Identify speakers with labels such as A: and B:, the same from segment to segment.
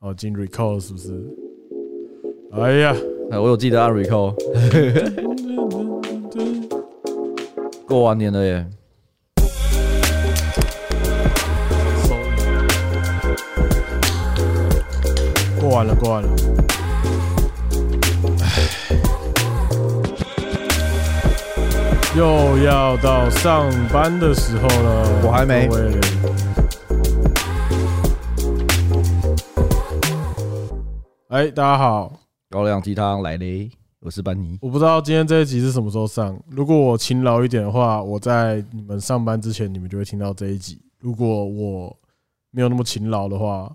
A: 哦，进 recall 是不是？哎呀，
B: 哎，我有记得 啊，Rico，过完年了耶，
A: 过完了，过完了。唉又要到上班的时候了，
B: 我还没
A: 各位哎，大家好，
B: 高粱鸡汤来嘞，我是班尼。
A: 我不知道今天这一集是什么时候上。如果我勤劳一点的话，我在你们上班之前，你们就会听到这一集。如果我没有那么勤劳的话，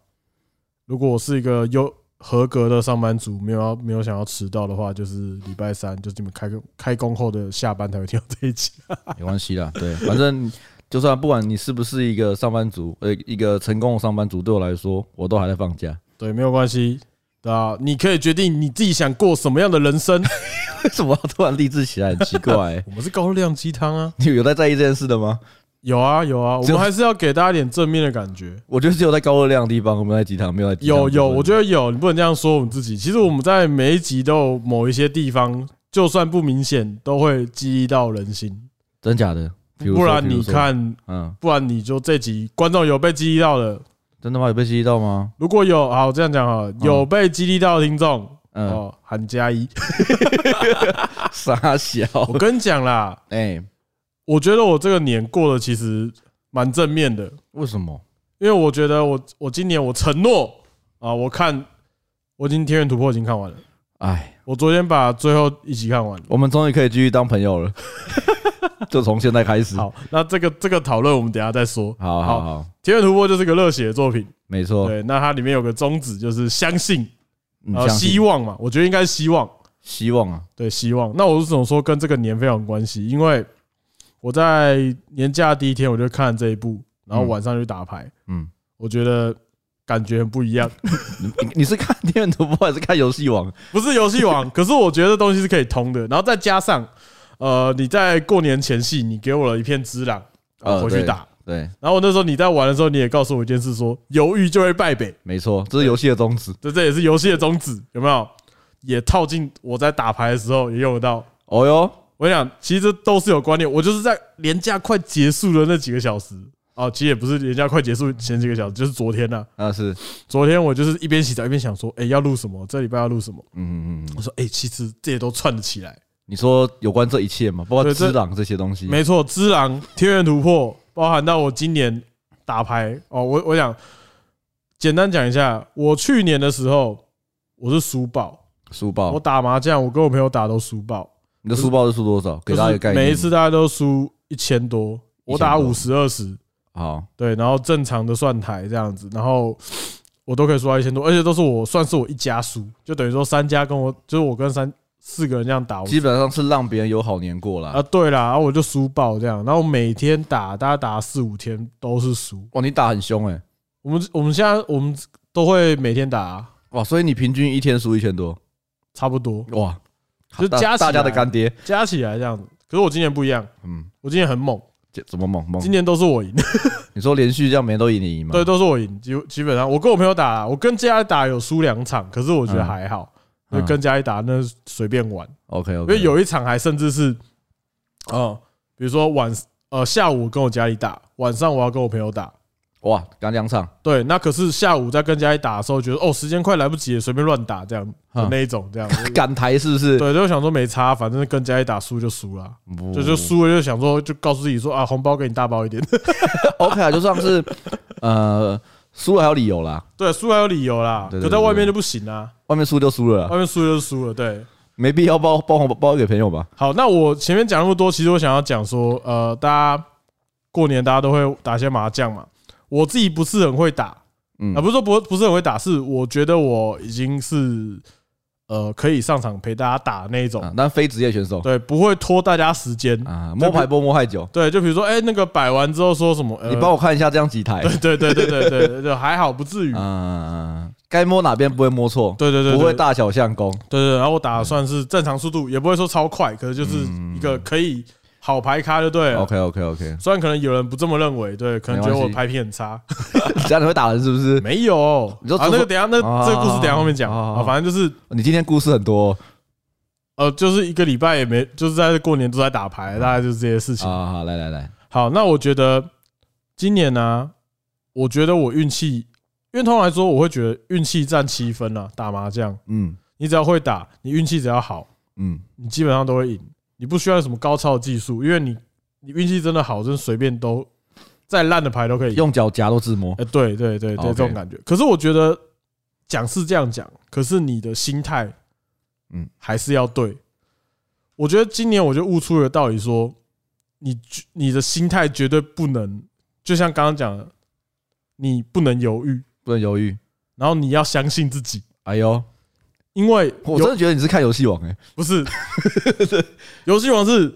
A: 如果我是一个优合格的上班族，没有要没有想要迟到的话，就是礼拜三，就是你们开工开工后的下班才会听到这一集。
B: 没关系啦， 对，反正就算不管你是不是一个上班族，呃，一个成功的上班族，对我来说，我都还在放假。
A: 对，没有关系。对啊，你可以决定你自己想过什么样的人生。
B: 为什么要突然励志起来？很奇怪、欸，
A: 我们是高量鸡汤啊，
B: 你有在在意这件事的吗？
A: 有啊有啊，我们还是要给大家一点正面的感觉。
B: 我觉得只有在高热量的地方，我们在鸡汤，没有在鸡汤
A: 有
B: 部分
A: 有，我觉得有，你不能这样说我们自己。其实我们在每一集都有某一些地方，就算不明显，都会激励到人心。
B: 真假的，比如说
A: 不然
B: 比
A: 你
B: 如说
A: 看，
B: 嗯，
A: 不然你就这集观众有被激励到的，
B: 真的吗？有被激励到吗？
A: 如果有，好这样讲哈，有被激励到的听众
B: 嗯，
A: 哦，喊加一。
B: 傻小，
A: 我跟你讲啦，
B: 哎、
A: 我觉得我这个年过得其实蛮正面的，
B: 为什么？
A: 因为我觉得我我今年我承诺啊，我看我已经《天元突破》已经看完了，
B: 哎，
A: 我昨天把最后一集看完了。
B: 我们终于可以继续当朋 友了，就从现在开始。
A: 好，那这个这个讨论我们等一下再说。
B: 好哦好好，
A: 《铁血突破》就是个热血的作品，
B: 没错，
A: 对，那它里面有个宗旨就是相信，
B: 嗯
A: 呃，
B: 相信
A: 希望嘛，我觉得应该是希望，
B: 希望啊，
A: 对，希望。那我为什么说跟这个年非常有关系？因为我在年假第一天我就看了这一部，然后晚上就打牌，
B: 嗯，
A: 我觉得感觉很不一样，
B: 你你是看《天元突破》还是看《游戏王》？
A: 不是游戏王，可是我觉得东西是可以通的。然后再加上，呃，你在过年前夕你给我了一片滋壤，
B: 呃
A: 回去
B: 对
A: 打。
B: 对，
A: 然后那时候你在玩的时候，你也告诉我一件事，说犹豫就会败北。
B: 没错，这是游戏的宗旨。
A: 这这也是游戏的宗旨，有没有？也套进我在打牌的时候也用得到。
B: 哦哟，
A: 我想，其实这都是有关联。我就是在廉价快结束的那几个小时啊，其实也不是廉价快结束前几个小时，就是昨天呐、
B: 那是，
A: 昨天我就是一边洗澡一边想说，哎，要录什么？这礼拜要录什么？
B: 嗯嗯嗯，
A: 我说，哎，其实这些都串得起来。
B: 你说有关这一切嘛，包括
A: 对
B: 知
A: 这
B: 朗这些东西，
A: 没错，《之狼》《天元突破》包含到我今年打牌哦，我我想简单讲一下，我去年的时候我是输爆，
B: 书
A: 我
B: 报，
A: 打麻将，我跟我朋友打都输爆。
B: 你的书报是输多少？给大家一个概
A: 就是
B: 念。
A: 每一次大家都输一千多，我打
B: 1000多
A: 五十二十，
B: 好，
A: 对，然后正常的算台这样子，然后我都可以输到一千多，而且都是我算是我一家输，就等于说三家跟我就是我跟三四个人这样打，我
B: 基本上是让别人有好年过啦
A: 啊。对啦，然后我就输爆这样，然后每天打，大家打四五天都是输，
B: 哇，你打很凶哎、
A: 我们我们现在我们都会每天打啊、
B: 哇，所以你平均一天输一千多，
A: 差不多
B: 哇，
A: 就
B: 大
A: 加起
B: 大
A: 来
B: 家的干爹，
A: 加起来这样子，可是我今年不一样，
B: 嗯，
A: 我今年很猛，
B: 这怎么猛猛
A: 今？年都是我赢。
B: 你说连续这样每天都赢你赢吗？
A: 对，，都是我赢，基基本上我跟我朋友打，我跟家里打有输两场，可是我觉得
B: 嗯
A: 还好，
B: 嗯
A: 就跟家里打那随便玩，
B: OK
A: 因
B: OK，
A: 为有一场还甚至是，哦，比如说晚呃下午跟我家里打，晚上我要跟我朋友打，
B: 哇，刚两场，
A: 对，那可是下午在跟家里打的时候，觉得哦时间快来不及了，随便乱打这样
B: 嗯
A: 的那一种这样，
B: 赶台是不是？
A: 对，就想说没差，反正跟家里打输就输了，
B: 不
A: 就就输了就想说就告诉自己说啊红包给你大包一点，
B: OK 啊，就算是 呃输了还有理由啦，
A: 对，输还有理由啦，
B: 对对
A: 可
B: 对
A: 在外
B: 对
A: 面就不行啊，
B: 外面输就输了啦
A: 外面输就是输了，对。
B: 没必要包包红包包给朋友吧？
A: 好，那我前面讲那么多，其实我想要讲说，呃，大家过年大家都会打一些麻将嘛。我自己不是很会打，啊、
B: 嗯
A: 不是说不不是很会打，是我觉得我已经是呃可以上场陪大家打那一种，
B: 啊，但非职业选手
A: 对，不会拖大家时间。
B: 啊，摸牌不摸太久，
A: 对，就比如说，哎，那个摆完之后说什么？呃
B: 你帮我看一下这样几台，
A: 对对对对对对，就还好，不至于。
B: 嗯，该摸哪边不会摸错，
A: 对对对，对
B: 不会嗯大小相公，
A: 对对，对然后我打的算是正常速度，也不会说超快，可是就是一个可以好牌咖就对了。
B: 嗯 OK OK OK，
A: 虽然可能有人不这么认为，对，可能觉得
B: 没
A: 我
B: 关系
A: 拍片很差，
B: 这样你会打人是不是？
A: 没有。
B: 你说
A: 啊，那个等一下，那
B: 啊
A: 这个故事等一下后面讲
B: 啊啊啊
A: 啊，反正就是
B: 你今天故事很多
A: 呃，就是一个礼拜也没，就是在过年都在打牌，大概就是这些事情。
B: 啊！好，来来来，
A: 好，那我觉得今年呢、我觉得我运气，因为通常来说，我会觉得运气占七分啊。打麻将，
B: 嗯
A: 你只要会打，你运气只要好，
B: 嗯，
A: 你基本上都会赢。你不需要什么高超的技术，因为你你运气真的好，真的随便都再烂的牌都可以赢。
B: 用脚夹都自摸
A: 哎，对对对对，
B: OK
A: 这种感觉。可是我觉得讲是这样讲，可是你的心态，嗯
B: 嗯，
A: 还是要对。我觉得今年我就悟出一个道理，说你绝你的心态绝对不能，就像刚刚讲的，你不能犹豫，
B: 不能犹豫。
A: 然后你要相信自己，
B: 哎呦，
A: 因为
B: 我真
A: 有
B: 的觉得你是看游戏王哎，
A: 不是游戏王是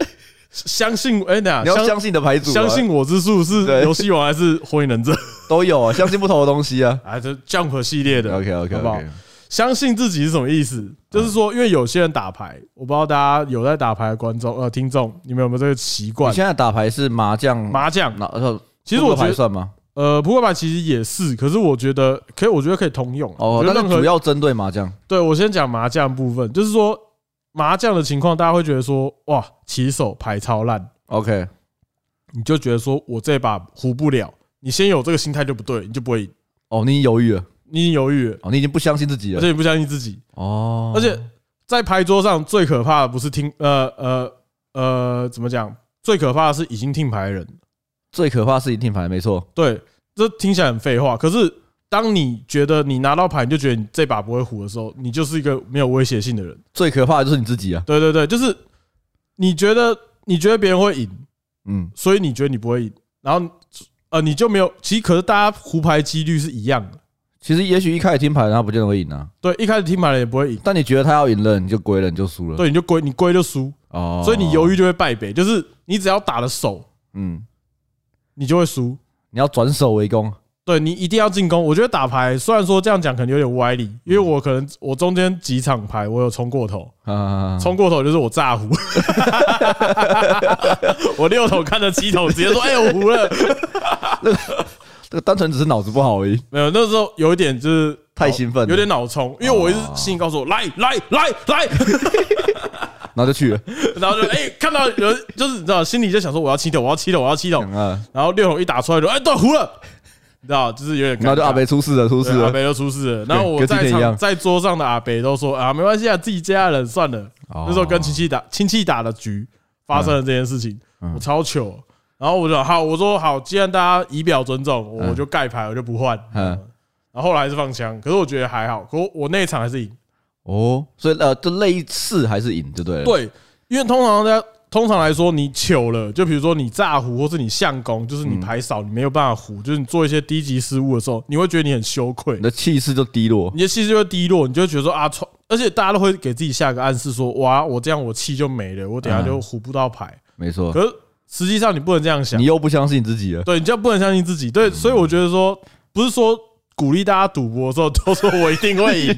A: 相信哎，等一
B: 你要
A: 下
B: 相信你的牌组啊，
A: 相信我之术是
B: 对
A: 游戏王还是火影忍者？
B: 都有啊，相信不同的东西啊。
A: 啊，这 Jump 系列的
B: OK OK
A: 啊好不好
B: OK，
A: 相信自己是什么意思？就是
B: 嗯
A: 说，因为有些人打牌，我不知道大家有在打牌的观众呃听众，你们有没有这个习
B: 你
A: 惯？
B: 现在打牌是麻将，
A: 麻将，
B: 那呃
A: 其实我
B: 扑克
A: 觉
B: 牌
A: 得
B: 算吗？
A: 呃扑克牌其实也是，可是我觉得可以，我觉得可以通用啊
B: 哦
A: 我，觉
B: 但
A: 得
B: 是
A: 任何
B: 主要针对麻将。
A: 对我先讲麻将部分，就是说麻将的情况，大家会觉得说哇起手牌超烂，
B: OK，
A: 你就觉得说我这把胡不了，你先有这个心态就不对，你就不会赢，
B: 哦，你已经犹豫了，
A: 你已经犹豫了，
B: 哦，你已经不相信自己
A: 而
B: 了。
A: 且你不相信自己，
B: 哦，
A: 而且在牌桌上最可怕的不是听呃呃呃怎么讲？最可怕的是已经听牌的人。
B: 最可怕是一定牌，没错。
A: 对，这听起来很废话，可是当你觉得你拿到牌，你就觉得你这把不会胡的时候，你就是一个没有威胁性的人。
B: 最可怕的就是你自己啊。
A: 对对对，就是你觉得你觉得别人会赢，
B: 嗯，
A: 所以你觉得你不会赢，然后呃你就没有。其实可是大家胡牌几率是一样的。
B: 其实也许一开始听牌，他不见得会赢啊。
A: 对，一开始听牌的人也不会赢，
B: 但你觉得他要赢了，你就归了，你就输了。
A: 对，你就归你归就输，
B: 哦，
A: 所以你犹豫，就会败北。就是你只要打了手，
B: 嗯，
A: 你就会输。
B: 你要转守为攻。
A: 对你一定要进攻。我觉得打牌虽然说这样讲可能有点歪理，因
B: 嗯
A: 为我可能我中间几场牌我有冲过头，
B: 啊，
A: 冲过头就是我炸 胡，我六头看着七头，直接说哎我胡了。
B: 这个单纯只是脑子不好而已，
A: 没有，那时候有一点就是
B: 太兴奋了哦
A: 有点脑冲，因为我一直心里告诉我来来来来，
B: 然后就去了。
A: 然后就哎看到有人就是你知道心里就想说我要七头，我要七头，我要七头，
B: 啊，
A: 然后六头一打出来就哎对胡了，你知道就是有点尴尬，
B: 然后就啊阿北出事了，出事
A: 对阿
B: 了。
A: 北就出事了。然后我
B: 跟今
A: 在
B: 天一
A: 场
B: 样
A: 在桌上的阿北都说啊，没关系啊，自己家人算了。
B: 哦
A: 那时候跟亲戚打亲戚打的局发生了这件事情，
B: 嗯
A: 我超糗。然后我就好，我说好，既然大家以表尊重，我
B: 嗯
A: 我就盖牌，我就不换。
B: 嗯
A: 然后后来还是放枪，可是我觉得还好，可我我那一场还是赢。
B: 哦，所以呃，就类似还是赢就对了。，
A: 对，因为通常大家通常来说，你糗了，就比如说你炸胡或是你相公，就是
B: 嗯
A: 你牌少，你没有办法胡，就是你做一些低级失误的时候，你会觉得你很羞愧
B: 你。的气势就低落。
A: 你的气势就会低落，你就会觉得说啊，冲！而且大家都会给自己下个暗示说，哇，我这样我气就没了，我等下就胡不到牌。
B: 没错，
A: 可是实际上你不能这样想
B: 嗯你，又不相信自己了。
A: 对，你就不能相信自己。对，所以我觉得说，不是说鼓励大家赌博的时候都说我一定会 赢，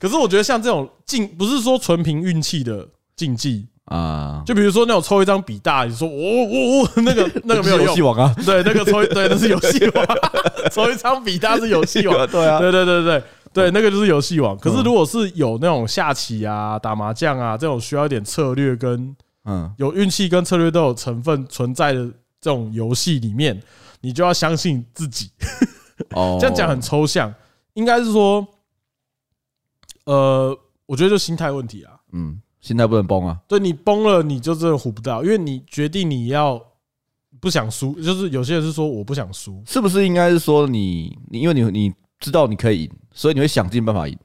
A: 可是我觉得像这种竞，不是说纯凭运气的竞技，
B: 啊，
A: 就比如说那种抽一张笔大，你说我我我那个那个没有
B: 游戏
A: 用，
B: 王啊，
A: 对，那个抽一对那是游戏 王，抽一张笔大是 游戏王，
B: 对 啊，
A: 对对对对对，那个就是游戏
B: 嗯
A: 王。可是如果是有那种下棋啊、打麻将啊这种需要一点策略跟
B: 嗯，
A: 有运气跟策略都有成分存在的这种游戏里面，你就要相信自己。
B: 哦，
A: 这样讲很抽象，应该是说，呃，我觉得就心态问题啊。
B: 嗯，心态不能崩啊。
A: 对你崩了，你就真的唬不到，因为你决定你要不想输，就是有些人是说我不想输，
B: 是不是应该是说你，你因为你你知道你可以赢，所以你会想尽办法赢。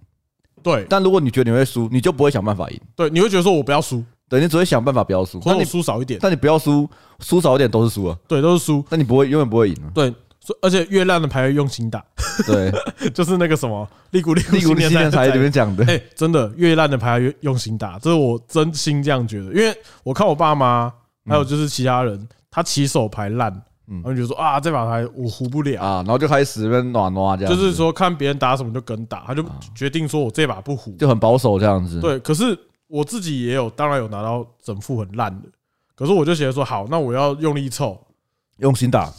A: 对
B: 但如果你觉得你会输，你就不会想办法赢，
A: 对，你会觉得说我不要输，
B: 对你只会想办法不要输。
A: 或
B: 但
A: 者我
B: 你
A: 输少一点，
B: 但你不要输，输少一点都是输啊。
A: 对，都是输，
B: 但你不会永远不会赢啊。
A: 对，所以而且越烂的牌越用心打，
B: 对，
A: 就是那个什么利古利古
B: 例如你今天才里面讲的，
A: 哎，真的越烂的牌越用心打，这是我真心这样觉得。因为我看我爸妈，
B: 嗯
A: 还有就是其他人，他起手牌烂，然后就说啊，这把牌我胡不了，
B: 啊，然后就开始那边暖暖这样
A: 就
B: 子，啊
A: 是说看别人打什么就跟打，他就决定说我这把不胡。
B: 就很保守这样子。
A: 对，可是我自己也有，当然有拿到整副很烂的，可是我就觉得说，好，那我要用力凑，
B: 用心打，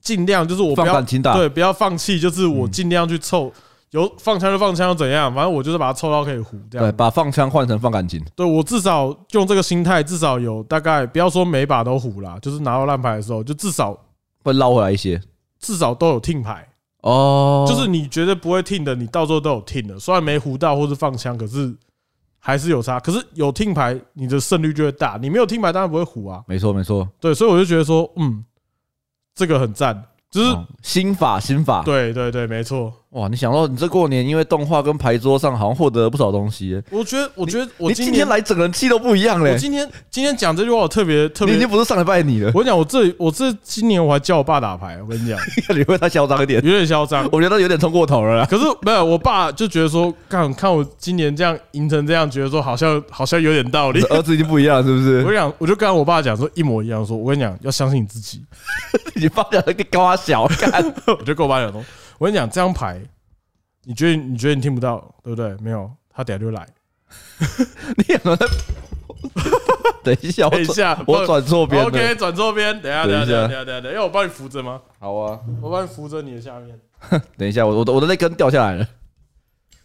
A: 尽量就是我不
B: 放
A: 要
B: 感情打，
A: 对，不要放弃，就是我
B: 嗯
A: 尽量去凑，有放枪就放枪，又怎样？反正我就是把它凑到可以糊这
B: 对，
A: 样。
B: 把放枪换成放感情，
A: 对我至少用这个心态，至少有大概不要说每把都糊啦，就是拿到烂牌的时候，就至少
B: 会捞回来一些。
A: 至少都有听牌，
B: 哦，
A: 就是你绝对不会听的，你到时候都有听的。虽然没糊到或是放枪，可是还是有差。可是有听牌，你的胜率就会大；你没有听牌，当然不会糊啊。
B: 没错没错，
A: 对，所以我就觉得说，嗯，这个很赞，就是
B: 哦心法心法。
A: 对对对，没错。
B: 哇，你想到你这过年因为动画跟牌桌上好像获得了不少东西耶，
A: 我觉得，我觉得我
B: 你
A: 今
B: 今
A: 年
B: 天，来整个人气都不一样
A: 我
B: 嘞。
A: 今天今天讲这句话，我特别特
B: 你
A: 别
B: 已经。不是上礼拜的你了，
A: 我跟你讲，我这我这今年我还叫我爸打牌，我跟你 讲，
B: 你会太嚣张一点，
A: 有点嚣张。
B: 我觉得有点冲过头了啦。
A: 可是没有，我爸就觉得说，看看我今年这样赢成这样，觉得说好像好像有点道理。
B: 儿子已经不一样了，是不
A: 我
B: 是？
A: 讲，我就跟我爸讲说一模一样，说我跟你讲，要相信你自 己。
B: 你爸讲的你高啊小， 干
A: 我就跟我爸讲说，我跟你讲，这张牌，你觉得你觉得你听不到，对不对？没有，他等下就来。
B: 你两 个在。等一下，我
A: 等一
B: 转
A: 下
B: 我转错边了。
A: OK，转这边，等一下，等
B: 等
A: 一
B: 一
A: 下，等
B: 下
A: 一下，等一下，等一下，要我帮你扶着吗？
B: 好啊，
A: 我帮你扶着你的下面。
B: 等一下，我我的我的那根掉下来了。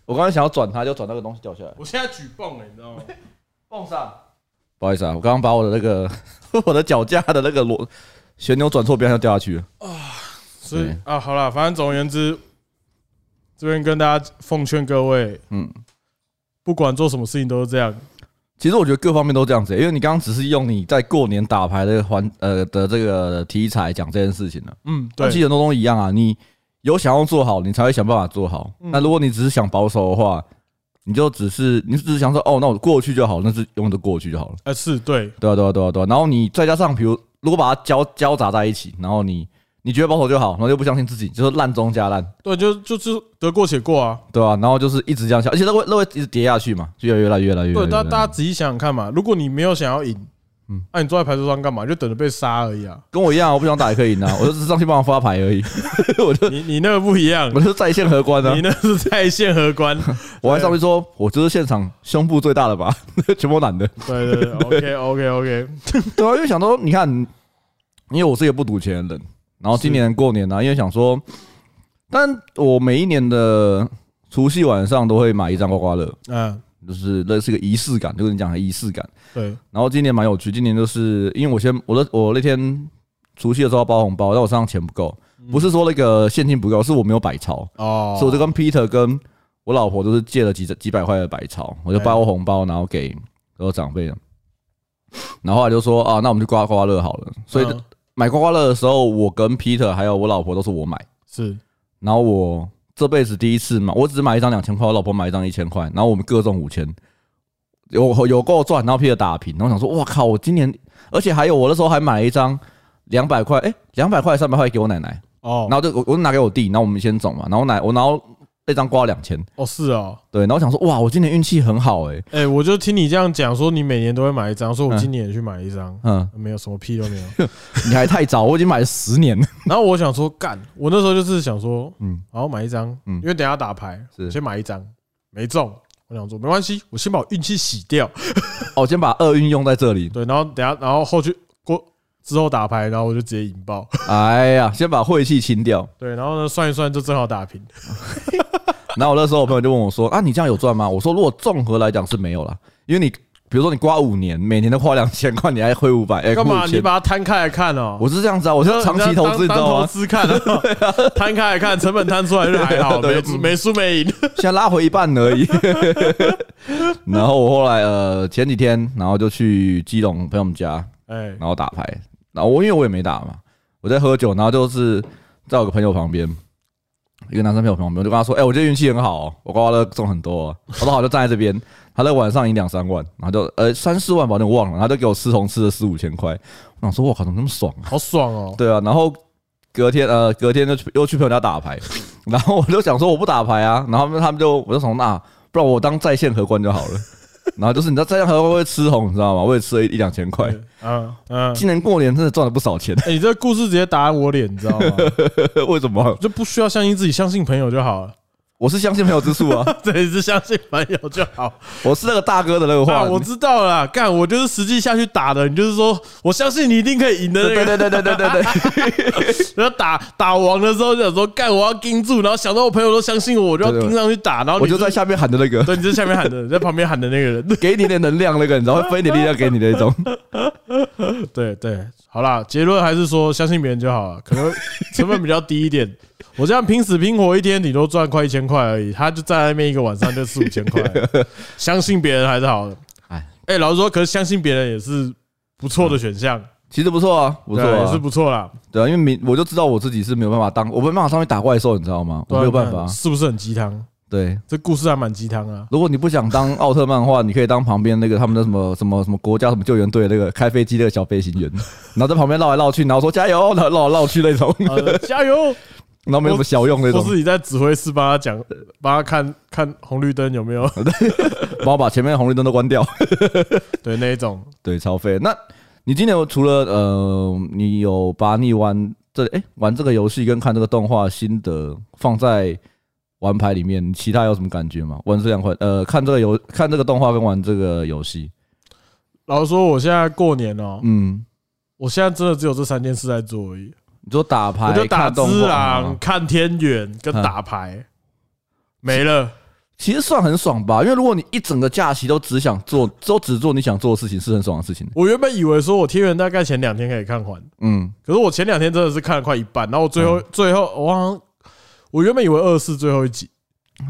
B: 我刚刚想要转它，就转那个东西掉下来。
A: 我现在举泵了，你知道吗？
B: 蹦上。不好意思啊，我刚刚把我的那个 我的脚架的那个螺旋钮转错边，就掉下去了。
A: 所以
B: 对
A: 啊，好了，反正总而言之，这边跟大家奉劝各位，
B: 嗯，
A: 不管做什么事情都是这样，
B: 其实我觉得各方面都这样子欸、因为你刚刚只是用你在过年打牌的环呃的这个题材讲这件事情了。
A: 嗯，
B: 但其
A: 对，
B: 实很多东西一样啊，你有想要做好，你才会想办法做好。
A: 嗯
B: 那如果你只是想保守的话，你就只是你只是想说哦，那我过去就好，那是永远都过去就好了。
A: 呃，是对，
B: 对啊，对啊，对啊，对啊。然后你再加上，比如如果把它交交杂在一起，然后你你觉得保守就好，然后又不相信自己，就是烂中加烂，
A: 对，就就是得过且过啊，
B: 对啊，然后就是一直这样下，而且那会那会一直跌下去嘛，就越来越烂，越来
A: 对，
B: 越
A: 大大家
B: 家
A: 仔细想想看嘛，如果你没有想要赢，嗯
B: 嗯，
A: 那你坐在牌桌上干嘛？就等着被杀而已 啊，
B: 跟我一样啊，我不想打也可以赢啊，我就只是上去帮忙发牌而已，我就
A: 你你那个不一样
B: 我。就在线荷官啊
A: 你，那是在线荷官，
B: 我还上去说，我就是现场胸部最大的吧，全部男的，
A: 对对对，OK OK OK，
B: 对啊，因为想说，你看，因为我是一个不赌钱的人，然后今年过年呢、啊，因为想说，但我每一年的除夕晚上都会买一张刮刮乐，
A: 嗯，
B: 就是那是个仪式感，就跟你讲的仪式感。
A: 对，
B: 然后今年蛮有趣，今年就是因为我先我的我那天除夕的时候要包红包，但我身上钱不够，不是说那个现金不够，是我没有百钞，
A: 嗯哦，
B: 所以我就跟 Peter 跟我老婆都是借了几几百块的百钞，我就包红包，然后给我长辈的。然后后来就说啊，那我们去刮刮乐好了。所以
A: 嗯
B: 买刮刮乐的时候，我跟 Peter 还有我老婆都是我买，
A: 是
B: 然后我这辈子第一次买，我只买一张两千块，我老婆买一张一千块，然后我们各中五千，有有够赚，然后 Peter 打平，然后我想说，哇靠，我今年，而且还有我那时候还买了一张两百块，哎，两百块三百块给我奶奶，
A: 哦
B: 然，后就我我就拿给我弟，然后我们先走嘛，然后奶我然后那张刮两千，
A: 哦是哦，
B: 对，然后我想说，哇，我今年运气很好哎、
A: 哎、我就听你这样讲，说你每年都会买一张，说我
B: 嗯
A: 今年也去买一张，
B: 嗯，
A: 没有什么屁都没有。
B: 你还太早，我已经买了十年了，
A: 然后我想说，干，我那时候就是想说，嗯
B: 嗯，
A: 好买一张，
B: 嗯
A: 因为等一下打牌，
B: 是
A: 先买一张，没中，我想说没关系，我先把我运气洗掉，
B: 哦，先把厄运用在这里，
A: 对，然后等一下，然后后去过之后打牌，然后我就直接引爆，
B: 哎呀，先把晦气清掉。
A: 对，然后呢算一算就正好打平，
B: 然后我那时候我朋友就问我说：“啊，你这样有赚吗？”我说：“如果综合来讲是没有啦，因为你比如说你刮五年，每年都花两千块，你还挥五百，哎，
A: 干嘛？
B: 五
A: 你
B: 千
A: 把它摊开来看哦、
B: 我是这样子啊，我是长期投资，你知
A: 当当
B: 道
A: 投
B: 吗？啊
A: 资看 哦，摊开来看，成本摊出来就还好，
B: 对
A: 没
B: 对
A: 输
B: 嗯
A: 没输没赢，
B: 现在拉回一半而已。 然后我后来呃前几天，然后就去基隆朋友们家，
A: 哎，
B: 然后打牌，然后我因为我也没打嘛，我在喝酒，然后就是在我个朋友旁边，一个男生朋友旁边，我就跟他说：“哎、我今天运气很好、哦，我刮刮乐中很多、哦。”我说：“好，就站在这边。” 他在晚上赢两三万，然后就呃三四万吧，那我忘了，然后就给我吃红吃了四五千块。我想说：“我靠，怎么那么爽啊
A: 好爽哦、？”
B: 对啊，然后隔天呃隔天就去又去朋友家打牌， 然后我就想说我不打牌啊，然后他们他们就我就想那、不然我当在线荷官就好了。然后就是你知道在线荷官会吃红，你知道吗？我也吃了一一两千块。
A: 嗯嗯，
B: 今年过年真的赚了不少钱，
A: 哎、你这个故事直接打我脸，你知道吗？
B: 为什么？
A: 就不需要相信自己，相信朋友就好了。
B: 我是相信朋友之术啊，
A: 这也是相信朋友就好。
B: 我是那个大哥的那个
A: 啊，
B: 话，
A: 我知道了啦，干，我就是实际下去打的。你就是说我相信你一定可以赢的那个
B: 对对。对对对对 对，
A: 然后打打王的时候就想说干，我要盯住，然后想到我朋友都相信我，我就要
B: 对对
A: 盯上去打。然后
B: 我
A: 哦你
B: 就在下面喊的那个，
A: 对，你就是下面喊的，在旁边喊的那个人。
B: 给你点能量那个，你知道， 会分一点力量给你那种。
A: 对对，好啦，结论还是说相信别人就好了，可能成本比较低一点。我这样拼死拼活一天，你都赚快一千块而已，他就在那边一个晚上就四五千块，相信别人还是好的。
B: 哎
A: 哎，哎，老实说，可是相信别人也是不错的选项，
B: 其实不错啊，不错、
A: 对
B: 啊，
A: 也是不错啦。
B: 对啊，因为明我就知道我自己是没有办法当，我没有办法上去打怪兽，你知道吗？我
A: 对啊
B: 没有办
A: 你看
B: 法。
A: 是不是很鸡汤？
B: 对，
A: 这故事还蛮鸡汤啊。
B: 如果你不想 当奥特曼的话，你可以当旁边那个他们的什么什么什么国家什么救援队那个开飞机那个小飞行 员，然后在旁边绕来绕去，然后说加油，然后绕来绕去那种，
A: 呃，加油！
B: 然后没有什么小用那
A: 或
B: 种，
A: 是你在指挥室帮他讲，帮他看看红绿灯有 没有
B: 帮我把前面的红绿灯都关掉。
A: 对那一种。
B: 对，超费。那你今年有除了呃，你有把你玩这哎、玩这个游戏跟看这个动画心得放在玩牌里面，你其他有什么感觉吗？玩这两款呃，看这个游看这个动画跟玩这个游戏，
A: 老实说，我现在过年哦、
B: 嗯，
A: 我现在真的只有这三件事在做而已，
B: 你说打牌、
A: 我就打
B: 看动
A: 只
B: 画
A: 狼、
B: 啊，
A: 看天远跟
B: 嗯
A: 打牌，没了。
B: 其实算很爽吧。因为如果你一整个假期都只想做，都只做你想做的事情，是很爽的事情。
A: 我原本以为说我天元大概前两天可以看完，
B: 嗯，
A: 可是我前两天真的是看了快一半，然后我最后最后我好像我原本以为二四最后一集，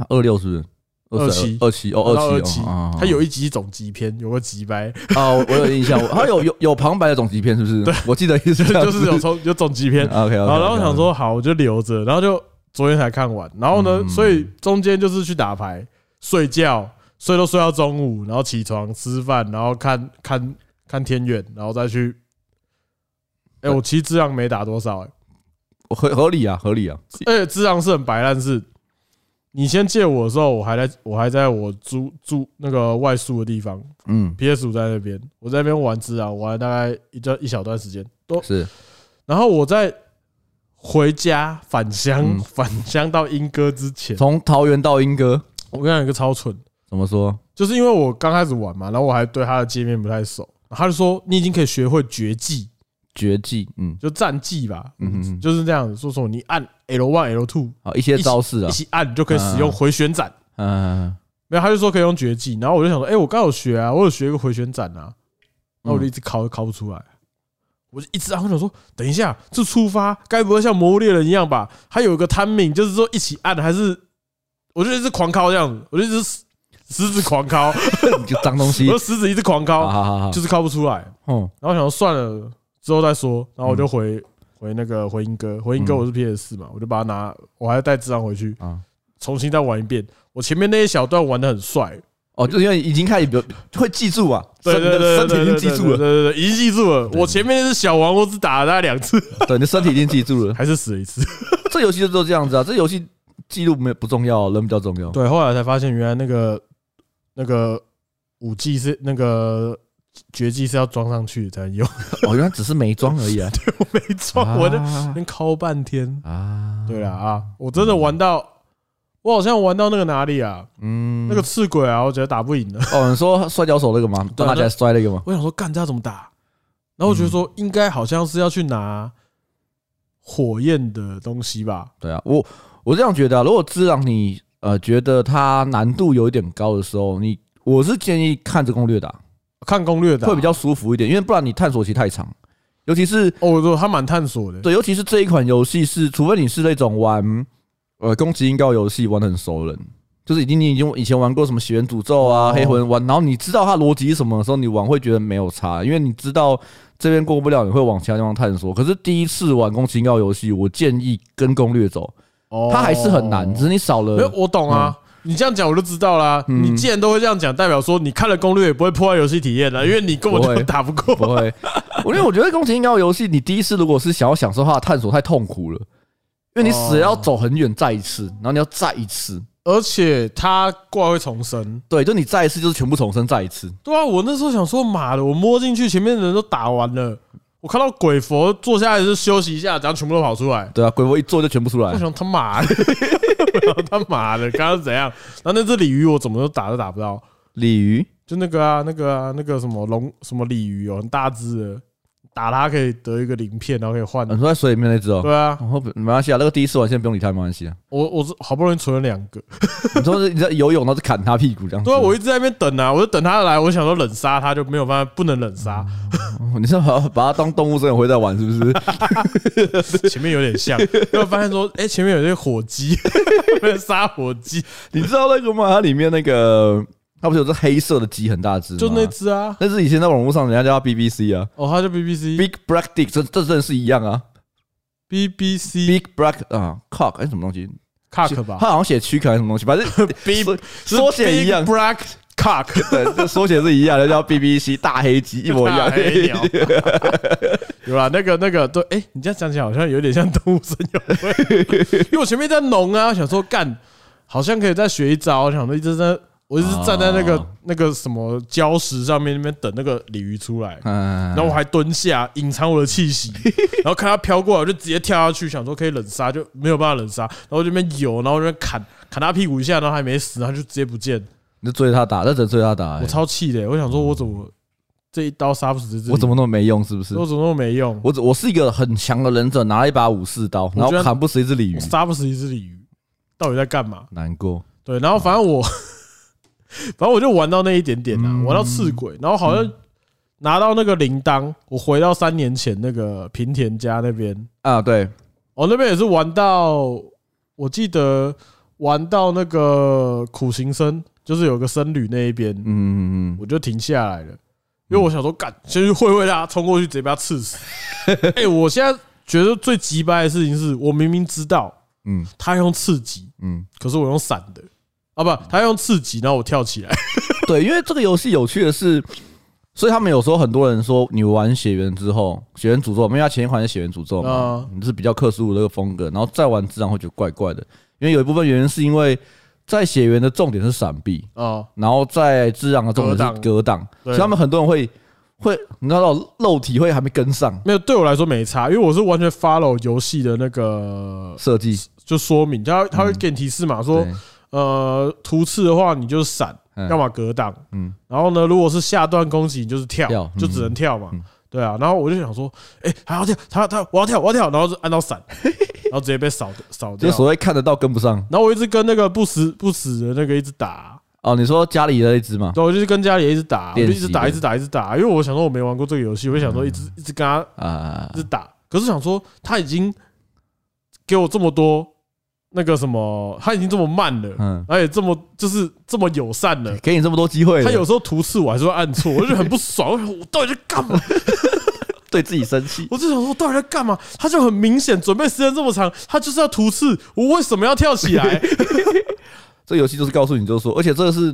B: 二六是不是？
A: 27
B: 二七哦，
A: 我到
B: 二
A: 二
B: 七
A: 七
B: 哦啊啊，啊
A: 它有一集总集篇，有个集 白，
B: 啊，我我有印象，好像有有有旁白的总集片，是不是？对，我记得也是这样
A: 就
B: 子，
A: 是有总有总集篇，
B: OK，
A: 然后然后想，说好，我就留着，然后就昨天才看完，然后呢，
B: 嗯
A: 所以中间就是去打牌、睡觉，睡都睡到中午，然后起床吃饭，然后看看看天远，然后再去。哎，我其实质量没打多少，哎，
B: 合合理啊，合理啊，
A: 而且质量是很白烂，是你先借我的时候，我还在我还在我租住那个外宿的地方
B: 嗯，
A: ，PS 五在那边，我在那边玩质量，玩了大概一段一小段时间，都
B: 是，
A: 然后我在回家返乡，
B: 嗯
A: 返乡到莺歌之前，
B: 从桃园到莺歌，
A: 我跟你讲一个超蠢，
B: 怎么说？
A: 就是因为我刚开始玩嘛，然后我还对他的界面不太熟，他就说你已经可以学会绝技，
B: 绝技，嗯
A: 就战技吧，
B: 嗯嗯嗯，
A: 就是这样子，说说你按 L one L two
B: 好一些招式
A: 一
B: 啊，
A: 起按，你就可以使用
B: 嗯
A: 回旋斩。
B: 嗯，
A: 没有，他就说可以用绝技，然后我就想说，哎，我刚有学啊，我有学一个回旋斩啊，
B: 嗯
A: 然后我就一直考考不出来，我就一直啊，我想说，等一下，这触发该不会像魔物猎人一样吧？还有一个 timing，就是说一起按还是，我就一直狂敲这样子，我就一直食食指狂敲，我
B: 嗯你就 脏东西，啊
A: 的食指一直狂
B: 好
A: 敲，
B: 好好好，
A: 就是敲不出来。
B: 嗯
A: 然后我想说算了，之后再说。然后我就回回那个回音哥，回音哥
B: 嗯
A: 我是 PS 四嘛，我就把它拿，我还要带智障回去
B: 啊，
A: 重新再玩一遍。我前面那一小段玩的很帅，
B: 哦，就是因为已经开始比较会记住啊，
A: 对
B: 身
A: 对对，
B: 身体已经记住
A: 对
B: 了，
A: 对对，已经记住了。
B: 对
A: 我前面那只小王，我只打了大概两次，
B: 对，你的身体已经记住了。
A: 还是死了一次。
B: 这游戏就都这样子啊，这游戏记录没不重要，啊人比较重要。
A: 对，后来才发现原来那个那个武技是那个绝技是要装上去才能用，
B: 哦，原来只是没装而已啊，
A: 我没装， 我就
B: 啊
A: 能敲半天。
B: 啊，
A: 对了，啊，我真的玩到，我好像玩到那个哪里啊，
B: 嗯
A: 那个赤鬼啊，我觉得打不赢了。
B: 哦，你说摔跤手那个吗？
A: 对啊
B: 拿起来摔那个吗？
A: 我想说，干这要怎么打？然后我觉得说，应该好像是要去拿火焰的东西吧。
B: 对啊，我我这样觉得、啊，如果知让你呃觉得它难度有一点高的时候，你我是建议看着攻略打，
A: 看攻略的啊
B: 会比较舒服一点，因为不然你探索期太长，尤其是
A: 哦，我说他蛮探索的，
B: 对，尤其是这一款游戏是，除非你是那种玩呃攻击音高游戏玩的很熟的人。就是已经你已经以前玩过什么血缘诅咒啊、
A: 哦
B: 黑魂玩，然后你知道它逻辑是什么的时候，你玩会觉得没有差，因为你知道这边过不了，你会往其他地方探索。可是第一次玩攻击音高游戏，我建议跟攻略走，
A: 哦
B: 它还是很难，只是你少了
A: 没有，我懂啊。你这样讲我就知道啦。
B: 嗯
A: 你既然都会这样讲，代表说你看了攻略也不会破坏游戏体验了，因为你根本
B: 嗯不
A: 就
B: 会
A: 打不过。
B: 不会，我因为我觉得宫崎英高游戏，你第一次如果是想要享受它的探索，太痛苦了，因为你死了要走很远再一次，然后你要再一次，
A: 而且它怪会重生。
B: 对，就你再一次就是全部重生再一次，
A: 对啊，我那时候想说，妈的，我摸进去前面的人都打完了，我看到鬼佛坐下来是休息一下，然后全部都跑出来。
B: 对啊，鬼佛一做就全部出来
A: 我，想他妈的， 我想他妈的，刚刚是怎样？然后那只鲤鱼我怎么都打都打不到，
B: 鲤鱼
A: 就那个啊，那个啊，那个什么龙什么鲤鱼哦，很大只的，打它可以得一个鳞片，然后可以换
B: 啊。你说在水里面那只哦，
A: 对啊，
B: 哦不没关系啊，那个第一次玩先不用理它，没关系啊。
A: 我我是好不容易存了两个，
B: 你说是你在游泳，然后就砍它屁股这样子。
A: 对啊，我一直在那边等啊，我就等它来，我想说冷杀它就没有办法，不能冷杀，
B: 你是把把它当动物森友会在玩是不 是？嗯
A: 前面有点像，然后发现说，哎，前面有些火鸡， 在杀火鸡，
B: 你知道那个吗？它里面那个，它不是有只黑色的鸡，很大只吗，
A: 就那只啊，
B: 但是以前在网络上人家叫它 BBC 啊
A: 哦，它就 BBC
B: ，Big Black Dick，这这真的是一样啊
A: BBC
B: ，Big Black 啊，cock 哎什么东西？
A: cock 吧
B: 它好像写躯壳还是什么东 西，反正
A: ，Big
B: 缩缩写一样
A: b，l a c k cock。
B: 对，这缩写是一样的，叫 BBC 大黑鸡一模一样
A: 大。黑 鸟有啦，那个那个，对，哎、你这样讲起来好像有点像动物森友会，因 为我前面在农啊，想说干，好像可以再学一招，我想说一直在，我一直站在那个、
B: 哦
A: 那个什么礁石上面那边等那个鲤鱼出来，
B: 嗯
A: 然后我还蹲下隐藏我的气 息，然后看它飘过来，我就直接跳下去，想说可以冷杀，就没有办法冷杀，然后我就那边游，然后我就那边砍砍它屁股一下，然后还没死，然后就直接不见，
B: 你就追着它打，那只能追着它打、欸
A: 我超气的、我想说我怎么这一刀杀不死这只
B: 哎我怎
A: 么
B: 么那么没用，是不是？
A: 我怎么那么没用，
B: 我只我是一个很强的忍者，拿了一把武士刀，然
A: 我觉
B: 后
A: 得
B: 砍不死一只鲤鱼
A: 我，杀不死一只鲤鱼，到底在干嘛？
B: 难过。
A: 对，然后反正我， 反正我就玩到那一点点啦，
B: 哦嗯
A: 玩到刺鬼，然后好像拿到那个铃铛，我回到三年前那个平田家那边，
B: 啊，对，
A: 哦，那边也是玩到，我记得玩到那个苦行僧，就是有个僧侣那一边，
B: 嗯，
A: 我就停下来了，因为我想说，干，先去会会他，冲过去直接被他刺死。 哎，我现在觉得最鸡掰的事情是我明明知道
B: 嗯
A: 他用刺激。
B: 嗯，
A: 可是我用闪的啊，不，他用刺激，然后我跳起来。
B: 对，因为这个游戏有趣的是，所以他们有时候很多人说，你玩血缘之后，血缘诅咒，因为他前一款是血缘诅咒嘛
A: 啊，
B: 你是比较克苏鲁那个风格，然后再玩自然会觉得怪怪的，因为有一部分原因是因为在血缘的重点是闪避，
A: 哦，
B: 然后在智障的重点是格挡，
A: 对
B: 所以他们很多人会会，你知道肉体会还没跟上
A: 没有，对我来说没差，因为我是完全 follow 游戏的那个
B: 设计，
A: 就说明，他他会给你提示嘛，嗯说
B: 嗯对
A: 呃突刺的话你就闪，
B: 嗯
A: 要么格挡，
B: 嗯
A: 嗯，然后呢，如果是下段攻击你就是跳
B: 跳，
A: 就只能跳嘛
B: 嗯嗯，
A: 对啊，然后我就想说，哎，还要跳，他他我要跳，我要跳，然后就按到 闪，然后直接被扫扫
B: 就
A: 掉。
B: 所谓看得到跟不上
A: 然后我一直跟那个不死不死的那个一直打，
B: 哦。你说家里的那一只嘛，
A: 对，我就是跟家里一直打，我就
B: 练
A: 一
B: 习
A: 直打，
B: 的嗯
A: 一直打，一直打，因为我想说我没玩过这个游戏，我就想说一直一直跟他
B: 啊
A: 一，直打，可是想说他已经给我这么多那个什么，他已经这么慢了，
B: 嗯，
A: 而且这么就是这么友善了，
B: 给你这么多机会了，
A: 他有时候图刺我还是会按 错，我就很不爽，我想我到底在干嘛？
B: 对自己生气。
A: 我就想说我到底在干嘛？他就很明显准备时间这么长，他就是要图刺，我为什么要跳起来？
B: 这游戏就是告诉你，就是说，而且这个是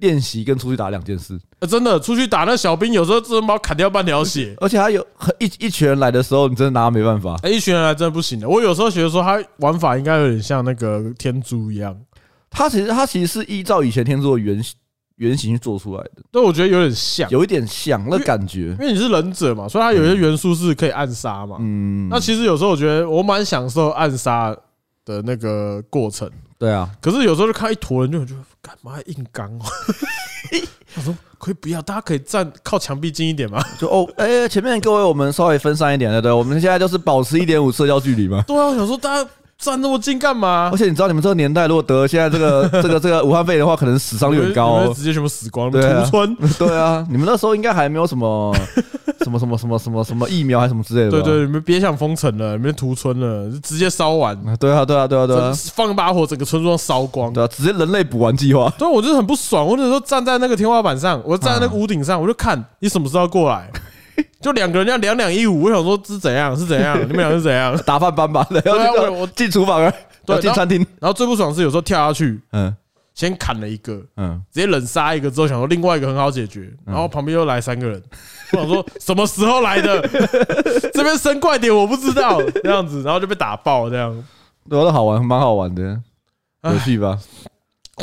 B: 练习跟出去打两件事。
A: 呃真的出去打那小兵，有时候真的把我砍掉半条血。
B: 而且他有很一一群人来的时候，你真的拿他没办法。
A: 哎、一群人还真的不行的。我有时候觉得说，他玩法应该有点像那个天珠一样，
B: 他其实他其实是依照以前天作的原原型去做出来的，
A: 对我觉得有点像，
B: 有一点像那感觉
A: 因。为你是忍者嘛，所以它有些元素是可以暗杀嘛。
B: 嗯，
A: 那其实有时候我觉得我蛮享受暗杀的那个过程，
B: 对啊，
A: 可是有时候就看一坨人就觉得干嘛硬刚 哦。我说可以不要，大家可以站靠墙壁近一点吗？
B: 就哦，哎，前面各位我们稍微分散一点，对不对？我们现在就是保持一点五社交距离嘛。
A: 对啊，我想说大家站那么近干嘛
B: 而？且你知道，你们这个年代如果得现在这个这个这个武汉肺炎的话，可能死伤率很高
A: 你们
B: 哦。
A: 直接全部死光，
B: 对啊
A: 屠村。
B: 对啊，你们那时候应该还没有什么什么什么什么什么什么疫苗还是什么之类的。
A: 对对，你们别想封城了，你们屠村了，就直接烧完。
B: 对，对啊，对啊，对啊，对啊。
A: 整放一把火，整个村庄烧光。
B: 对啊，直接人类补完计划。
A: 所以我就是很不爽，我那时候站在那个天花板上，我站在那个屋顶上，我就看你什么时候过 来，就两个人要两两一五，我想说是怎样是怎样，你们俩是怎样。
B: 打饭班吧，然
A: 啊
B: 后就
A: 我我
B: 进厨房啊，
A: 对
B: 要进餐厅，
A: 然后最不爽是有时候跳下去，
B: 嗯
A: 先砍了一个，
B: 嗯，
A: 直接冷杀一个之后，想说另外一个很好解决，然后旁边又来三个人， 我想说什么时候来的， 这边生怪点我不知道这样子，然后就被打爆这样，
B: 对啊，都好玩，蛮好玩的，
A: 唉
B: 有趣吧？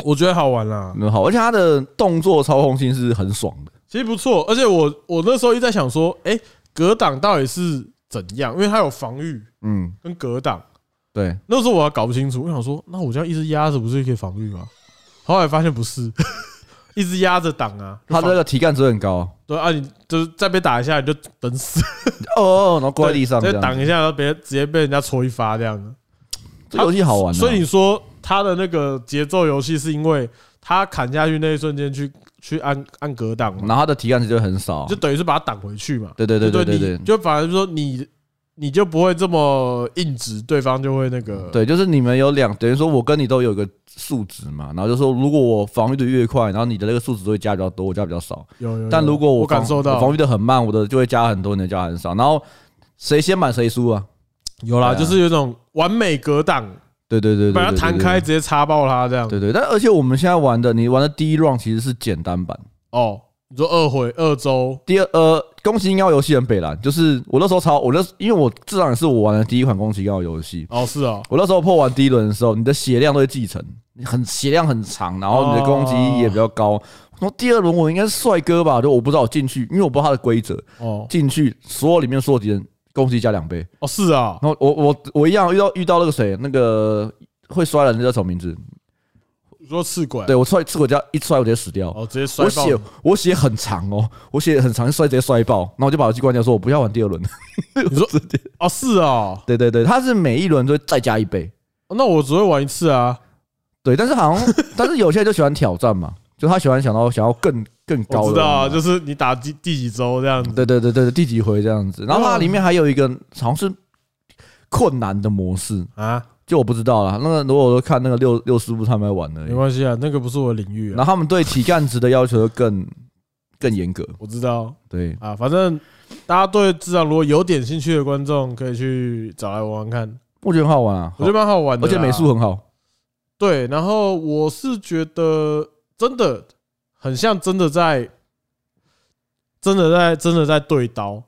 A: 我觉得好玩啊啦。
B: 嗯，好，而且他的动作操控性是很爽的，
A: 其实不错，而且我我那时候一直在想说，哎、格挡到底是怎样，因为它有防御
B: 嗯，
A: 跟格挡。
B: 对，
A: 那时候我还搞不清楚，我想说，那我这样一直压着不是可以防御吗？后来发现不是， 一直压着挡啊，就
B: 他
A: 防
B: 这个体感值很高，
A: 对啊，你就是再被打一下你就等死，
B: 哦，然后跪在地上这
A: 再
B: 样
A: 挡
B: 子。
A: 一下，然后别直接被人家戳一发这样子。
B: 这游戏好玩啊，
A: 所以你说他的那个节奏游戏是因为他砍下去那一瞬间去去按按格挡嘛，
B: 然后他的体感值就很少啊
A: 就，等于是把它挡回去嘛。
B: 对对对
A: 对
B: 对对对
A: 你，就反而就是说你你就不会这么硬直，对方就会那个
B: 对，就是你们有两，等于说我跟你都有一个数值嘛，然后就说如果我防御的越快，然后你的那个数值都会加比较多，我加比较少。
A: 有有有。
B: 但如果
A: 嗯我
B: 防
A: 感受
B: 我
A: 到
B: 防御的很慢，我的就会加很多，你的加很少。然后谁先满谁输啊？
A: 有啦，
B: 对啊
A: 就是有一种完美格挡，
B: 对对对，对
A: 把它弹开，直接插爆它这样。
B: 对对对对。但而且我们现在玩的，你玩的第一 round 其实是简单版，
A: 哦，你说二回二周
B: 第二呃，宫崎英高游戏很北蓝，就是我那时候超，我那因为我至少也是我玩的第一款宫崎英高游戏。
A: 哦是哦，
B: 我那时候破完第一轮的时候，你的血量都会继承，你很血量很长，然后你的攻击力也比较高。然后第二轮我应该是帅哥吧，就我不知道我进去，因为我不知道它的规则，
A: 哦
B: 进去所有里面所有敌人攻击加两倍。
A: 哦是啊，
B: 然后我我我一样遇到遇到那个谁，那个会摔的人叫什么名字？
A: 你说刺鬼
B: 对我摔刺我叫一摔我直接死掉。
A: 哦直接摔
B: 我
A: 爆
B: 血我血很长哦，我血很长，摔直接摔爆，然后我就把游戏关掉，说我不要玩第 二轮。
A: 你说哦是哦，
B: 对对对，它是每一轮都会再加一倍，
A: 那我只会玩一次啊，
B: 对，但是 好像但是有些人就喜欢挑战嘛，就他喜欢想到想要更更高的
A: 我
B: 嘛，
A: 知道啊，就是你打第第几周这样子。
B: 对对对对对，第几回这样子。然后它
A: 嗯
B: 里面还有一个好像是困难的模式，
A: 啊，
B: 就我不知道啦。那个如果我都看那个六六师傅他们在玩而
A: 没
B: 已，
A: 关系啊，那个不是我的领域
B: 然后
A: 啊，
B: 他们对体干值的要求就更更严格，
A: 我知道
B: 对。
A: 啊，反正大家对智障如果有点兴趣的观众，可以去找来玩玩看，
B: 我觉得很好玩啊，
A: 我觉得蛮好玩的
B: 而
A: 啦，
B: 且美术很好，
A: 对。然后我是觉得真的很像真的在，真的在真的在对刀，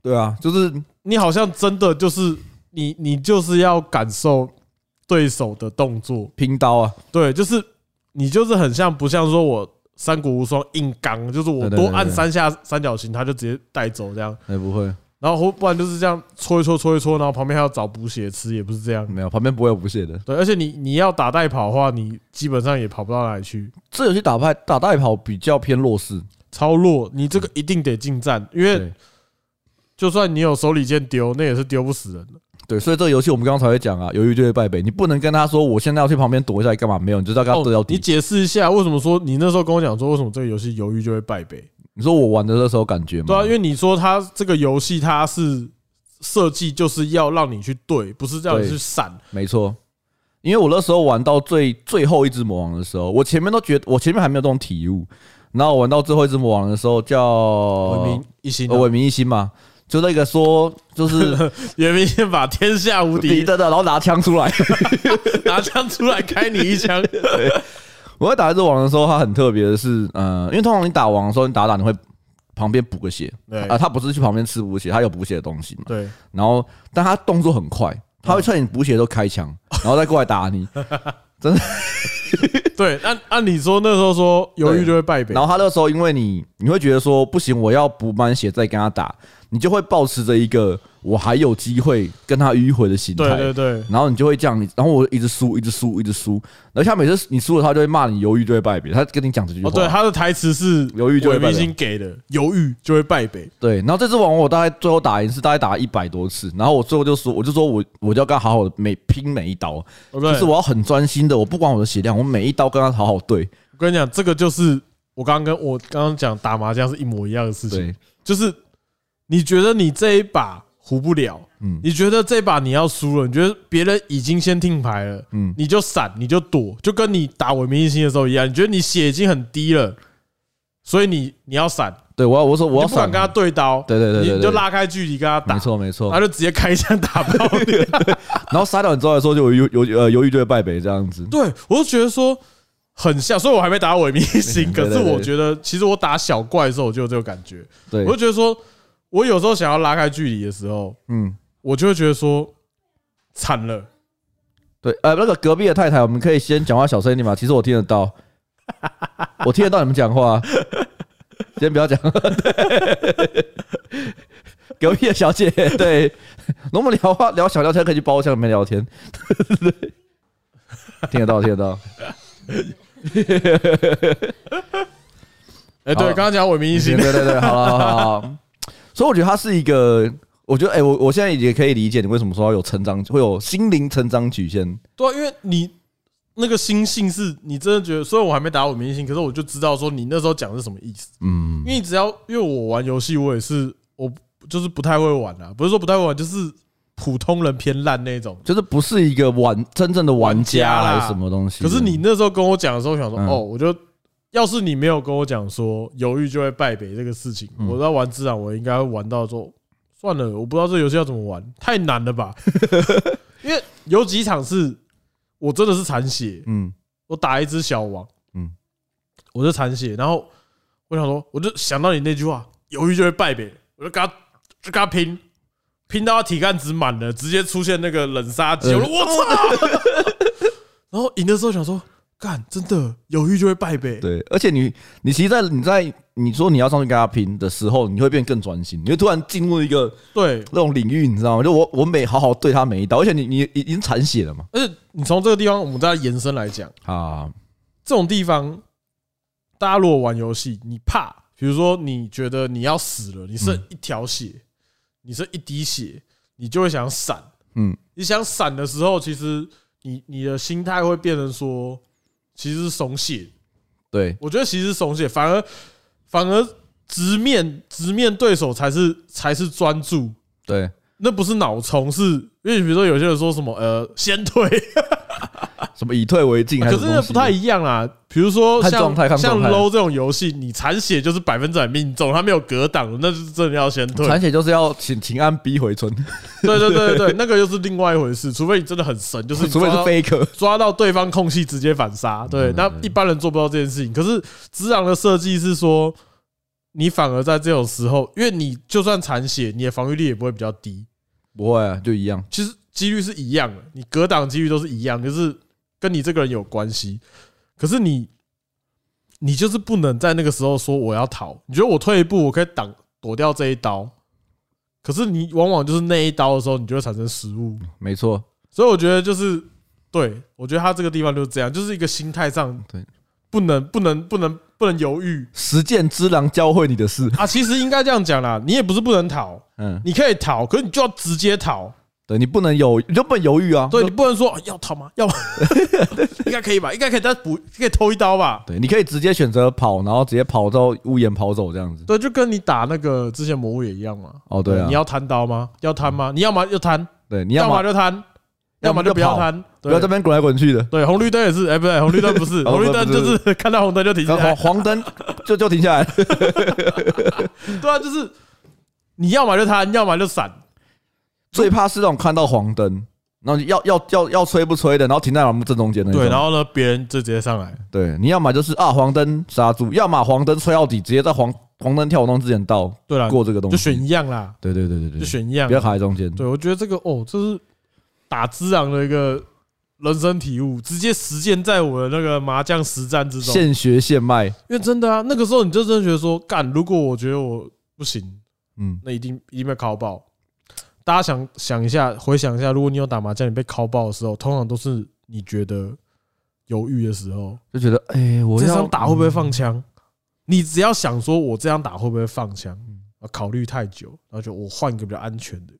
B: 对啊，就是
A: 你好像真的就是你你就是要感受对手的动作，
B: 拼刀啊，
A: 对，就是你就是很像，不像说我三国无双硬刚，就是我
B: 对对
A: 多
B: 对
A: 按
B: 对
A: 三下三角形，他就直接带走这样。
B: 也哎不会
A: 然后或不然就是这样搓一搓搓一搓，然后旁边还要找补血吃，也不是这样。
B: 没有，旁边不会有不屑的。
A: 对，而且你你要打带跑的话，你基本上也跑不到哪里去，
B: 这游戏打派打代跑比较偏弱势，
A: 超弱。你这个一定得近战，因为
B: 对
A: 就算你有手里剑丢，那也是丢不死人的。
B: 对，所以这个游戏我们刚刚才会讲啊，犹豫就会败北。你不能跟他说我现在要去旁边躲一下，干嘛？没有，你就是要跟他对到
A: 哦你
B: 底。
A: 解释一下为什么说你那时候跟我讲说为什么这个游戏犹豫就会败北？
B: 你说我玩的那时候感觉吗？
A: 对啊，因为你说它这个游戏它是设计就是要让你去对，不是让你去闪。
B: 没错，因为我那时候玩到最最后一只魔王的时候，我前面都觉得我前面还没有这种体悟，然后我玩到最后一只魔王的时候叫
A: 文
B: 呃
A: 明一心啊，
B: 伟明一心嘛，就那个说就是
A: 文明先把天下无
B: 敌
A: 敌
B: 的的，然后拿枪出来。
A: 拿枪出来开你一枪。
B: 我在打这只王的时候，它很特别的是，呃，因为通常你打王的时候，你打打你会旁边补个血
A: 对
B: 啊，它不是去旁边吃补血，它有补血的东西嘛。
A: 对，
B: 然后，但它动作很快，它会趁你补血的时候开枪，然后再过来打你。
A: 对，按按理说那时候说犹豫就会败北
B: 然，后他那时候因为你，你会觉得说不行，我要补满血再跟他打，你就会保持着一个我还有机会跟他迂回的心态。
A: 对对对，
B: 然后你就会这样，你然后我一直输，一直输，一直输。而且他每次你输了，他就会骂你犹豫就会败北，他跟你讲这句话。
A: 哦对，他的台词是
B: 犹豫就会败北
A: 伟明星给的，犹豫就会败北。
B: 对然后这只网我大概最后打一次，大概打一百多次，然后我最后就说，我就说我我就要跟他好好的每拼每一刀，
A: 哦对不
B: 就是
A: 对？
B: 我要很专心的，我不管我的血量，我每一刀跟他好好对
A: 我跟你讲，这个就是我刚刚跟我刚刚讲打麻将是一模一样的事情。
B: 对，
A: 就是你觉得你这一把胡不了，
B: 嗯
A: 你觉得这把你要输了，你觉得别人已经先听牌了，
B: 嗯
A: 你就闪，你就躲，就跟你打伪明星的时候一样，你觉得你血已经很低了，所以你你要闪，
B: 对，我要我说我
A: 你
B: 要
A: 就不敢
B: 闪
A: 跟他对刀，
B: 对对对对对
A: 你就拉开距离跟他打，
B: 没，错没错
A: 他，就直接开枪打爆 你。
B: 然后杀掉你之后来说就犹犹呃犹豫就会败北这样子。
A: 对我就觉得说。很像，所以我还没打伪明星。
B: 嗯
A: 可
B: 对对
A: 是
B: 对
A: 我觉得，其实我打小怪的时候，我就有这个感觉。
B: 对
A: 我，就觉得说，我有时候想要拉开距离的时候，
B: 嗯，
A: 我就会觉得说惨了，
B: 对，呃，那个隔壁的太太，我们可以先讲话小声一点嘛。其实我听得到，我 听得到你们讲话，先不要讲。隔壁的小姐，对，我们聊话聊小聊天可以去包厢里面聊天，对，听得到听得到，
A: 哎，对，刚刚讲伟 明一
B: 对
A: 星，
B: 对对，好了好了好了，所以我觉得他是一个，我觉得哎、我我现在也可以理解你为什么说要有成长，会有心灵成长曲线，
A: 对啊，因为你那个心性是你真的觉得，虽然我还没打伟明一星，可是我就知道说你那时候讲的是什么意思。
B: 嗯
A: 因，为你只要因为我玩游戏，我也是我就是不太会玩啊，不是说不太会玩，就是普通人偏烂那种。
B: 就是不是一个玩真正的玩家还是什么东西，
A: 可是你那时候跟我讲的时候，我想说
B: 嗯
A: 哦，我就要是你没有跟我讲说犹豫就会败北这个事情，
B: 嗯
A: 我在玩自然，我应该会玩到说算了，我不知道这游戏要怎么玩，太难了 吧？因为有几场是我真的是残血，
B: 嗯
A: 我打一只小王，
B: 嗯
A: 嗯，我就残血，然后我想说，我就想到你那句话，犹豫就会败北，我就跟他就跟他拼，拼到他体干值满了，直接出现那个冷杀技，我说我操！ 然后赢的时候想说，干，真的犹豫就会败北，
B: 对，而且你你其实在你在你说你要上去跟他拼的时候，你会变更专心，你会突然进入一个
A: 对，
B: 那种领域，你知道吗？就我我每好好对他每一刀，而且你你已经残血了嘛
A: 而且你从这个地方，我们再延伸来讲，
B: 啊，
A: 这种地方，大家如果玩游戏，你怕，比如说你觉得你要死了，你剩一条血，你剩一滴血，你就会想闪。
B: 嗯，
A: 你想闪的时候，其实你你的心态会变成说，其实是松懈。
B: 对，
A: 我觉得其实是松懈，反而反而直面直面对手才是才是专注，
B: 对，
A: 那不是脑冲，是因为比如说有些人说什么呃先退，
B: 什么以退为进 还
A: 可
B: 是
A: 是那不太
B: 一
A: 一样啦。比如说
B: 看状
A: 像
B: 态看
A: 像
B: 状态
A: low 这种游戏，你残血就是百分之百命中，他没有格挡，那就是真的要先退。
B: 残血就是要请秦安逼回村，
A: 对对对对对，那个又是另外一回事，除非你真的很神，就是你
B: 除非是
A: 抓到
B: faker，
A: 抓到对方空隙直接反杀。对
B: 嗯，
A: 那
B: 对
A: 一般人做不到这件事情。可是直狼的设计是说，你反而在这种时候，因为你就算残血，你的防御力也不会比较低，
B: 不会啊，就一样，
A: 其实几率是一样的，你格挡几率都是一样，就是跟你这个人有关系。可是你，你就是不能在那个时候说我要逃，你觉得我退一步，我可以挡躲掉这一刀。可是你往往就是那一刀的时候，你就会产生失误。
B: 没错，
A: 所以我觉得就是，对我觉得他这个地方就是这样，就是一个心态上，
B: 对，
A: 不能不能不能不能犹豫
B: 实践之狼教会你的事，
A: 啊！其实应该这样讲啦，你也不是不能逃，
B: 嗯，
A: 你可以逃，可是你就要直接逃，
B: 对你不能有，你就不能犹豫啊，
A: 对你不能说哦要逃吗？要 吗？应该可以吧？应该可以再补，可以偷一刀吧？
B: 对，你可以直接选择跑，然后直接跑到屋檐跑走这样子，
A: 对，就跟你打那个之前魔物也一样嘛。
B: 哦，对啊
A: 你，要贪刀吗？要贪吗？你要么就贪，
B: 对，你
A: 要
B: 要
A: 么
B: 么
A: 就贪，要
B: 要
A: 么
B: 么
A: 就
B: 就
A: 不要
B: 跑
A: 贪。
B: 不要
A: 对
B: 这边滚来滚去的。
A: 对，红绿灯也是，哎，不对，红绿灯不是，
B: 哦
A: 红绿
B: 不
A: 灯
B: 不
A: 就是是看到红灯就停下
B: 然
A: 来
B: 后。黄灯就就停下来了，
A: 对啊，就是你要么就贪，要么就闪。
B: 最怕是那种看到黄灯，然后你要要要要吹不吹的，然后停在我们正中间的那种。
A: 对，然后呢，别人就直接上来。
B: 对，你要么就是啊黄灯刹住，要么黄灯吹到底，直接在黄黄灯跳动之前到
A: 对啦，
B: 过这个东西。
A: 啊就选一样啦，
B: 对对对对
A: 就
B: 对，
A: 选一样
B: 不。要卡在中间。
A: 对，我觉得这个哦，这是打之昂的一个人生体悟，直接实践在我的那个麻将实战之中。
B: 现学现卖，
A: 因为真的啊，那个时候你就真的觉得说，干，如果我觉得我不行，
B: 嗯，
A: 那一定一定被拷爆。大家想想一下，回想一下，如果你有打麻将，你被拷爆的时候，通常都是你觉得犹豫的时候。
B: 就觉得哎，我
A: 这
B: 要
A: 张打会不会？放枪？你只要想说我这样打会不会放枪，啊考虑太久，然后就我换一个比较安全的。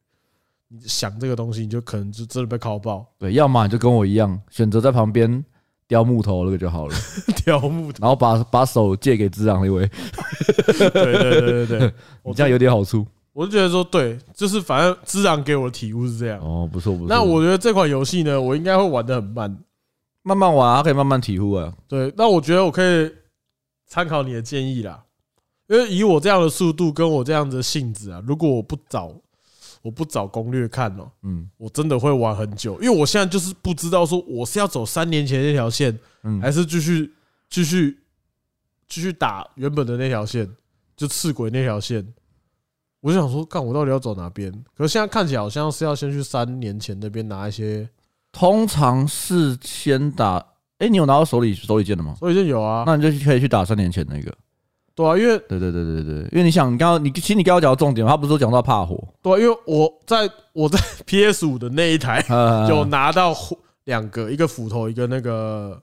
A: 你想这个东西，你就可能就真的被烤爆
B: 对，要么你就跟我一样，选择在旁边雕木头那个就好了，
A: 条目的。
B: 然后把把手借给智障那位，
A: 对对对对对，我
B: 你这样有点好处。
A: 我就觉得说对，就是反正自然给我的体悟是这样。
B: 哦，不错不错。
A: 那我觉得这款游戏呢，我应该会玩的很慢。
B: 慢慢玩啊，可以慢慢体悟啊。
A: 对，那我觉得我可以参考你的建议啦，因为以我这样的速度跟我这样的性子啊，如果我不找我不找攻略看哦、
B: 嗯
A: 我真的会玩很久，因为我现在就是不知道说我是要走三年前那条线，
B: 嗯，
A: 还是继续继续继续打原本的那条线，就赤鬼那条线。我就想说，看我到底要走哪边？可是现在看起来好像是要先去三年前那边拿一些，
B: 通常是先打，哎、你有拿到手里手里剑的吗？
A: 我已经有啊，
B: 那你就可以去打三年前那个，
A: 对啊，因为
B: 对对对对对，因为你想，你刚刚你其实你刚刚讲到重点，他不是都讲到怕火，
A: 对啊、因为我在我在 PS 五的那一台
B: 呃
A: 有拿到火两个，一个斧头，一个那个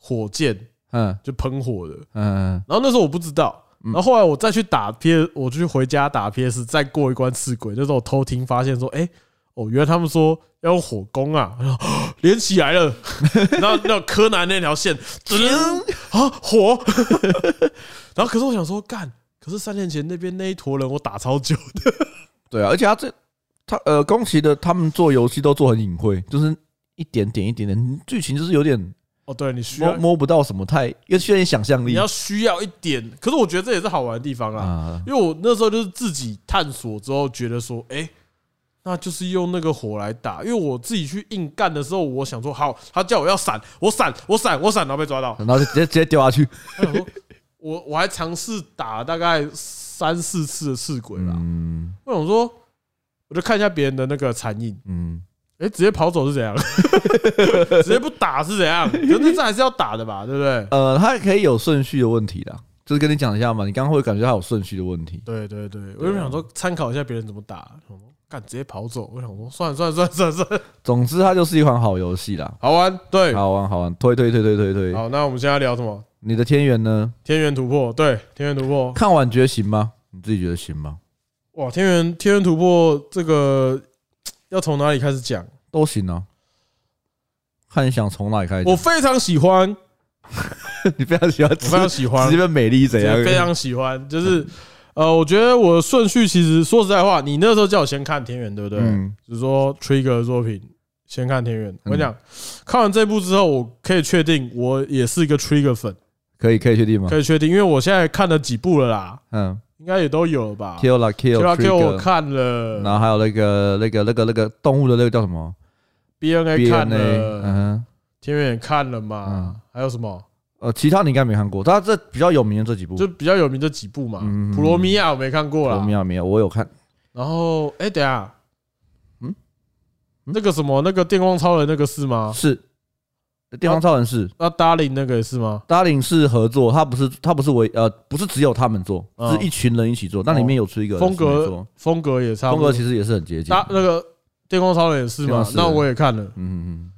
A: 火箭，
B: 嗯
A: 就喷火的。
B: 嗯
A: 然后那时候我不知道，
B: 嗯
A: 然后后来我再去打 PS，我就去回家打 PS，再过一关刺鬼。那时候我偷听发现说，哎，哦，原来他们说要用火攻啊， 然后哦连起来了。 然后那柯南那条线，噔啊火。 然后可是我想说，干，可是三年前那边那一坨人我打超久的，
B: 对啊，而且他这他呃，宫崎的他们做游戏都做很隐晦，就是一点点一点点，剧情就是有点
A: 哦，对你需
B: 摸
A: 要。
B: 摸不到什么太，又需要点想象
A: 你
B: 力
A: 要需要一点，可是我觉得这也是好玩的地方啦。
B: 啊，
A: 因为我那时候就是自己探索之后，觉得说，哎，那就是用那个火来打。因为我自己去硬干的时候，我想说，好，他叫我要闪，我闪，我闪，我闪，然后被抓 到。
B: 然后就直接直接丢下去，
A: 我想说我我还尝试打大概三四次的刺鬼啦。
B: 嗯
A: 我想说，我就看一下别人的那个残影，
B: 嗯，
A: 哎，直接跑走是怎样？ 直接不打是怎样？可是这还是要打的吧，对不对？
B: 呃，他可以有顺序的问题的，就是跟你讲一下嘛，你刚刚会感觉他有顺序的问题，
A: 对对对，我就想说参考一下别人怎么打，想说干直接跑走。我想说，算了算了算了算了算了。
B: 总之它就是一款好游戏啦，
A: 好玩，对，好，
B: 好玩好玩，推推推推推推，
A: 那我们现在聊什么？
B: 你的天元呢？
A: 天元突破，对，天元突破，
B: 看完觉得行吗？你自己觉得行吗？
A: 哇，天元天元突破这个要从哪里开始讲？
B: 都行啊，看你想从哪里开始。
A: 我非常喜欢，我
B: 你非常喜欢
A: 非常喜欢
B: 直接，被美 丽怎啊样？
A: 非常喜欢，就是呃，我觉得我的顺序其实说实在话，你那时候叫我先看天元，对不对？
B: 嗯
A: 就是说 Trigger 的作品先看天元，我跟你讲，看完这部之后，我可以确定我也是一个 Trigger 粉，
B: 可以可以确定吗？
A: 可以确定，因为我现在看了几部了啦，
B: 嗯
A: 应该也都有了吧。
B: ，Kill la Kill
A: Kill la Kill 我
B: Trigger，
A: 看了，
B: 然后还有那个那个那个那个动物的那个叫什么
A: BNA 看
B: BNA？
A: 了，
B: 嗯哼，
A: 天元也看了
B: 嗯
A: 嘛，还有什么？
B: 呃，其他你应该没看过，他这比较有名的这几部，
A: 就比较有名这几部嘛，
B: 嗯
A: 普罗米亚》我没看过
B: 我
A: 啦
B: 没。有没有，我有看，
A: 然后，哎，等一下，
B: 嗯
A: 嗯，那个什么，那个电光超人那个是吗？
B: 是《电方超人》是。
A: 那 Darling 那个也是吗？
B: Darling 是合作，他不是他不是唯呃不是只有他们做，
A: 嗯哦
B: 是一群人一起做。那里面有出一个
A: 风格
B: 是没错
A: 风格也差不
B: 风
A: 多，
B: 格其实也是很接近。
A: 大那个电光超人也是
B: 电光
A: 嘛
B: 超？人
A: 那我也看了
B: 嗯，嗯嗯，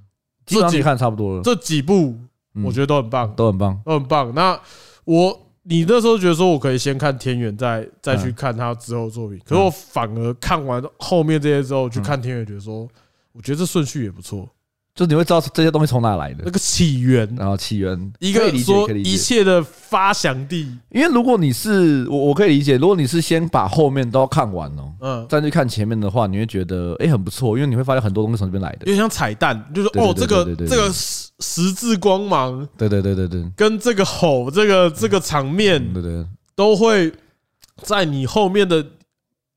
A: 这
B: 基本上
A: 几
B: 你看差不多了，
A: 这几部，
B: 嗯
A: 我觉得都很棒，
B: 都很棒。
A: 都很棒。那我。你那时候觉得说我可以先看天元，再再去
B: 嗯
A: 看他之后的作品，可是我反而看完后面这些之
B: 嗯
A: 后去看天元，觉得说，我觉得这顺序也不错，
B: 就是你会知道这些东西从哪里来
A: 那
B: 的，
A: 个起源，啊
B: 然后起源
A: 一
B: 嗯可
A: 个
B: 以理解，
A: 说
B: 可以理
A: 一
B: 解。
A: 切的发祥地，
B: 因为如果你是我，我可以理解，如果你是先把后面都要看完哦，
A: 嗯，
B: 再去看前面的话，你会觉得哎、很不错，因为你会发现很多东西从这边来
A: 有
B: 的。
A: 点像彩蛋，就是
B: 对对
A: 哦，
B: 对
A: 这个
B: 对对对
A: 这个十十字光芒
B: 对对对对对，
A: 跟这个吼，这个这个场
B: 嗯
A: 面
B: 对对，
A: 都会在你后面的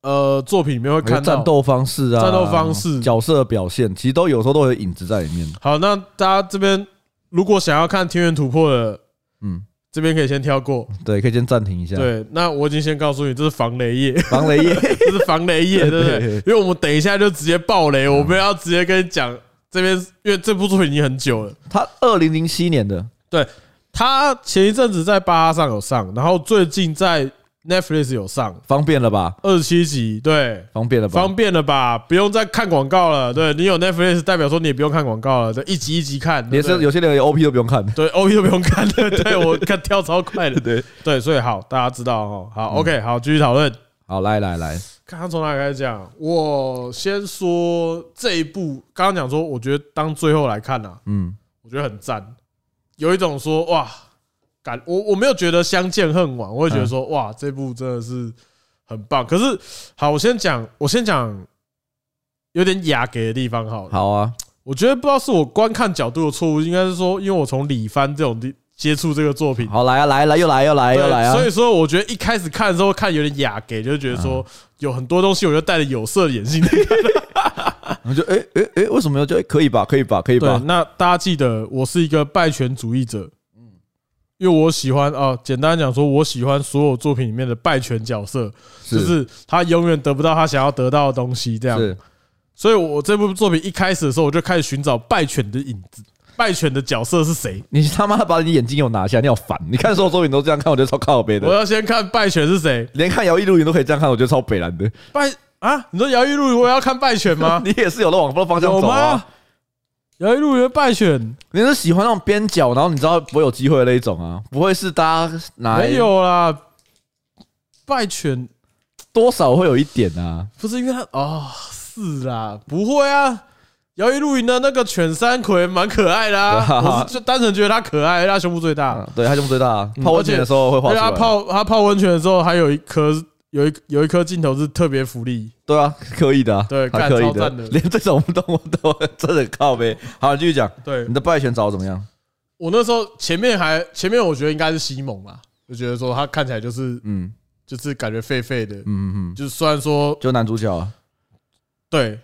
A: 呃作品里面会
B: 还有
A: 看
B: 战
A: 到。
B: 斗方式啊，
A: 战斗方式
B: 角色的表现，其实都有时候都有影子在里面。
A: 好，那大家这边如果想要看天元突破的，
B: 嗯，
A: 这边可以先跳过。
B: 对，可以先暂停一下。，
A: 对，那我已经先告诉你，这是防雷液，
B: 防雷液，
A: 这是防雷液，对不对？
B: 对
A: 因为我们等一下就直接爆雷，我们要直接跟你讲这边，因为这部作品已经很久了。
B: 他二零零七年的，
A: 他前一阵子在巴哈上有上，然后最近在 Netflix 有上
B: 方便了吧？
A: 二十七集，对，
B: 方便了吧？
A: 方便了吧？不用再看广告了。对你有 Netflix，代表说你也不用看广告了，对，一集一集看，
B: 也
A: 对不
B: 是
A: 对
B: 有些人连 OP 都不用看。
A: 对 O P 都不用看了。 对我看跳超快的，
B: 对，嗯
A: 对，所以好，大家知道哦。好，OK，好，继续讨论。
B: 好，来来来，
A: 看他从哪里开始讲？我先说这一部，刚刚讲说，我觉得当最后来看啊，
B: 嗯，
A: 我觉得很赞，有一种说哇，感我我没有觉得相见恨晚，我会觉得说哇，这部真的是很棒。可是好，我先讲，我先讲有点雅给的地方好了。
B: 好啊，
A: 我觉得不知道是我观看角度的错误，应该是说，因为我从李帆这种地接触这个作品，
B: 好来啊，来来又来又来又来
A: 对，
B: 啊
A: 所！以说我觉得一开始看的时候看有点雅给，就觉得说
B: 嗯
A: 有很多东西我就戴着有色眼镜
B: 我就哎哎哎，为什么要就哎可以吧，可以吧，可以
A: 对
B: 吧，？
A: 那大家记得，我是一个败犬主义者，因为我喜欢啊，简单讲说，我喜欢所有作品里面的败犬角色，就是他永远得不到他想要得到的东西，这样。
B: 是
A: 所以我这部作品一开始的时候，我就开始寻找败犬的影子，败犬的角色是谁？
B: 你他妈把你眼睛给我拿下，你好烦！你看所有作品都这样看，我觉得超靠北
A: 我
B: 的。
A: 要先看败犬是谁。
B: 连看摇曳露营都可以这样看，我觉得超北蓝的。
A: 败啊！你说摇曳露营我要看败犬 吗？
B: 你也是有的往方向
A: 啊有
B: 走
A: 吗
B: 啊？？
A: 摇曳露营的败犬
B: 你是喜欢那种边角，然后你知道不会有机会的那一种啊，不会是大家拿来
A: 没有啦，败犬
B: 多少会有一点啊。
A: 不是因为他哦，是啦，不会啊。摇曳露营的那个犬山葵蛮可爱的 啊，我是就单纯觉得它可爱，因为它胸部最大。
B: 啊对，他胸最大啊，
A: 嗯
B: 泡温泉的时候会画
A: 对
B: 出
A: 他
B: 来。啊
A: 泡他泡温泉的时候，还有一颗有一有一颗镜头是特别福利，
B: 对啊，可以的啊，
A: 对
B: 他
A: 干
B: 可以
A: 超
B: 的
A: 赞的，
B: 连这种动物都真的靠呗。好，你继续讲，
A: 对
B: 你的败犬找得怎么样？
A: 我那时候前面还前面我觉得应该是西蒙啦，就觉得说他看起来就是
B: 嗯
A: 就是感觉废废的，
B: 嗯嗯嗯，
A: 就是虽然说
B: 就男主角啊，
A: 对，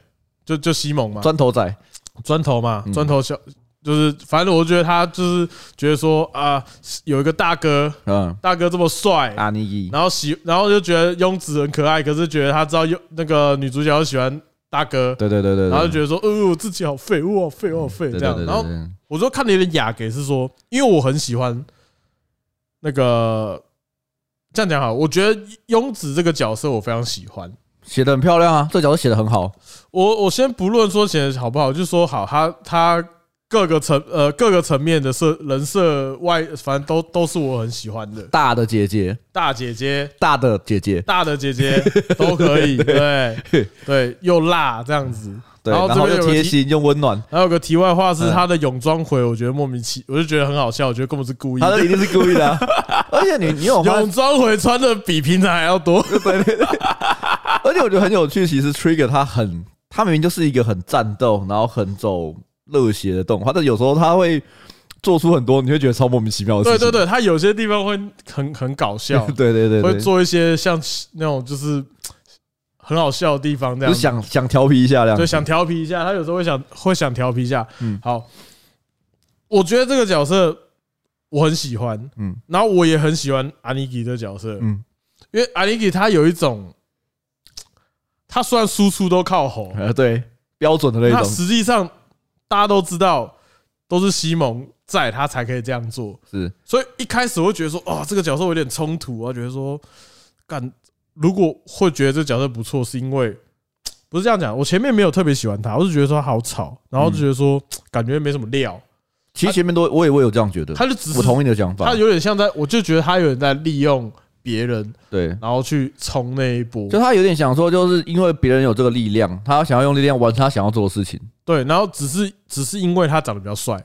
A: 就就西蒙嘛，
B: 砖头仔，
A: 砖头嘛
B: 嗯，
A: 砖头小就是反正我觉得他就是觉得说啊有一个大哥
B: 嗯，
A: 大哥这么帅。
B: 阿尼伊，
A: 然后喜，然后就觉得庸子很可爱，可是觉得他知道庸那个女主角喜欢大哥，
B: 对对对对，
A: 然后就
B: 得
A: 觉得说，呃，我自己好废，我好废，我好废这样。然后我说看了有点雅给是说，因为我很喜欢那个这样讲好，我觉得庸子这个角色我非常喜欢。
B: 写的很漂亮啊，这角色写的很好，
A: 我我先不论说写的好不好，就说好他他各个层呃各个层面的设人设外，反正都都是我很喜欢的。
B: 大的姐姐，
A: 大姐姐、
B: 大的姐姐，
A: 大的姐 姐都可以，对对，又辣这样子。
B: 对，
A: 然后
B: 然
A: 这
B: 后
A: 边
B: 又
A: 有个
B: 贴
A: 提
B: 心又温暖，
A: 还有个题外话是
B: 嗯
A: 他的泳装回，我觉得莫名其，我就觉得很好笑，我觉得根本是故意
B: 他
A: 的
B: 这。一定是故意的啊，而且你你有 发
A: 泳装回穿的比平常还要多，
B: 而且我觉得很有趣，其实 Trigger 他很，他明明就是一个很战斗，然后很走热血的动画，但有时候他会做出很多你会觉得超莫名其妙的
A: 对
B: 事
A: 对
B: 情。，
A: 对，他有些地方会很很搞笑
B: 对对对对
A: 会做一些像那种就是很好笑的地方这
B: 就
A: 样，
B: 想想调皮一下这样。
A: 对，想调皮一下，他有时候会想会想调皮一下。
B: 啊嗯
A: 好，我觉得这个角色我很喜欢，
B: 嗯
A: 然后我也很喜欢阿尼基这个角色，
B: 嗯，
A: 因为阿尼基他有一种，他虽然输出都靠吼，
B: 呃 对，标准的那
A: 那
B: 种
A: 实际上大家都知道都是西蒙在他才可以这样做，
B: 是
A: 所以一开始我会觉得说，哦，这个角色有点冲突啊，觉得说，干，如果会觉得这个角色不错，是因为不是这样讲，我前面没有特别喜欢他，我就觉得说他好吵，然后就觉得说感觉没什么料，
B: 其实前面都我也我有这样觉得，
A: 他就只是
B: 我同意你的想法
A: 他。有点像在，我就觉得他有点在利用别人，
B: 对，
A: 然后去冲那一波，
B: 就他有点想说，就是因为别人有这个力量，他想要用力量完成他想要做的事情。
A: 对，然后只是只是因为他长得比较帅，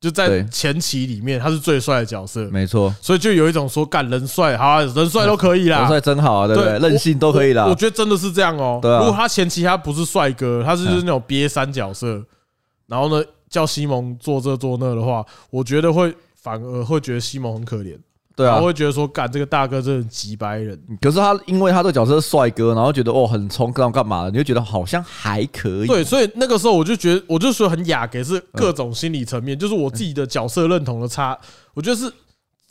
A: 就在
B: 对
A: 前期里面他是最帅的角色，
B: 没错，
A: 所以就有一种说，干人帅，好、啊，人帅都可以啦
B: 人，帅真好啊，对不对？
A: 对
B: 任性都可以啦
A: 我我。觉得真的是这样哦。
B: 对啊
A: 如果他前期他不是帅哥，他是就是那种憋三角色，然后呢叫西蒙做这做那的话，我觉得会反而会觉得西蒙很可怜，
B: 对
A: 然
B: 啊
A: 后，会觉得说，干这个大哥真的急白人。
B: 可是他因为他这个角色是帅哥，然后觉得哦很冲，干嘛干嘛的，你就觉得好像还可以。
A: 对，所以那个时候我就觉得，我就说很雅给是各种心理
B: 嗯
A: 层面，就是我自己的角色认同的差。我觉得是，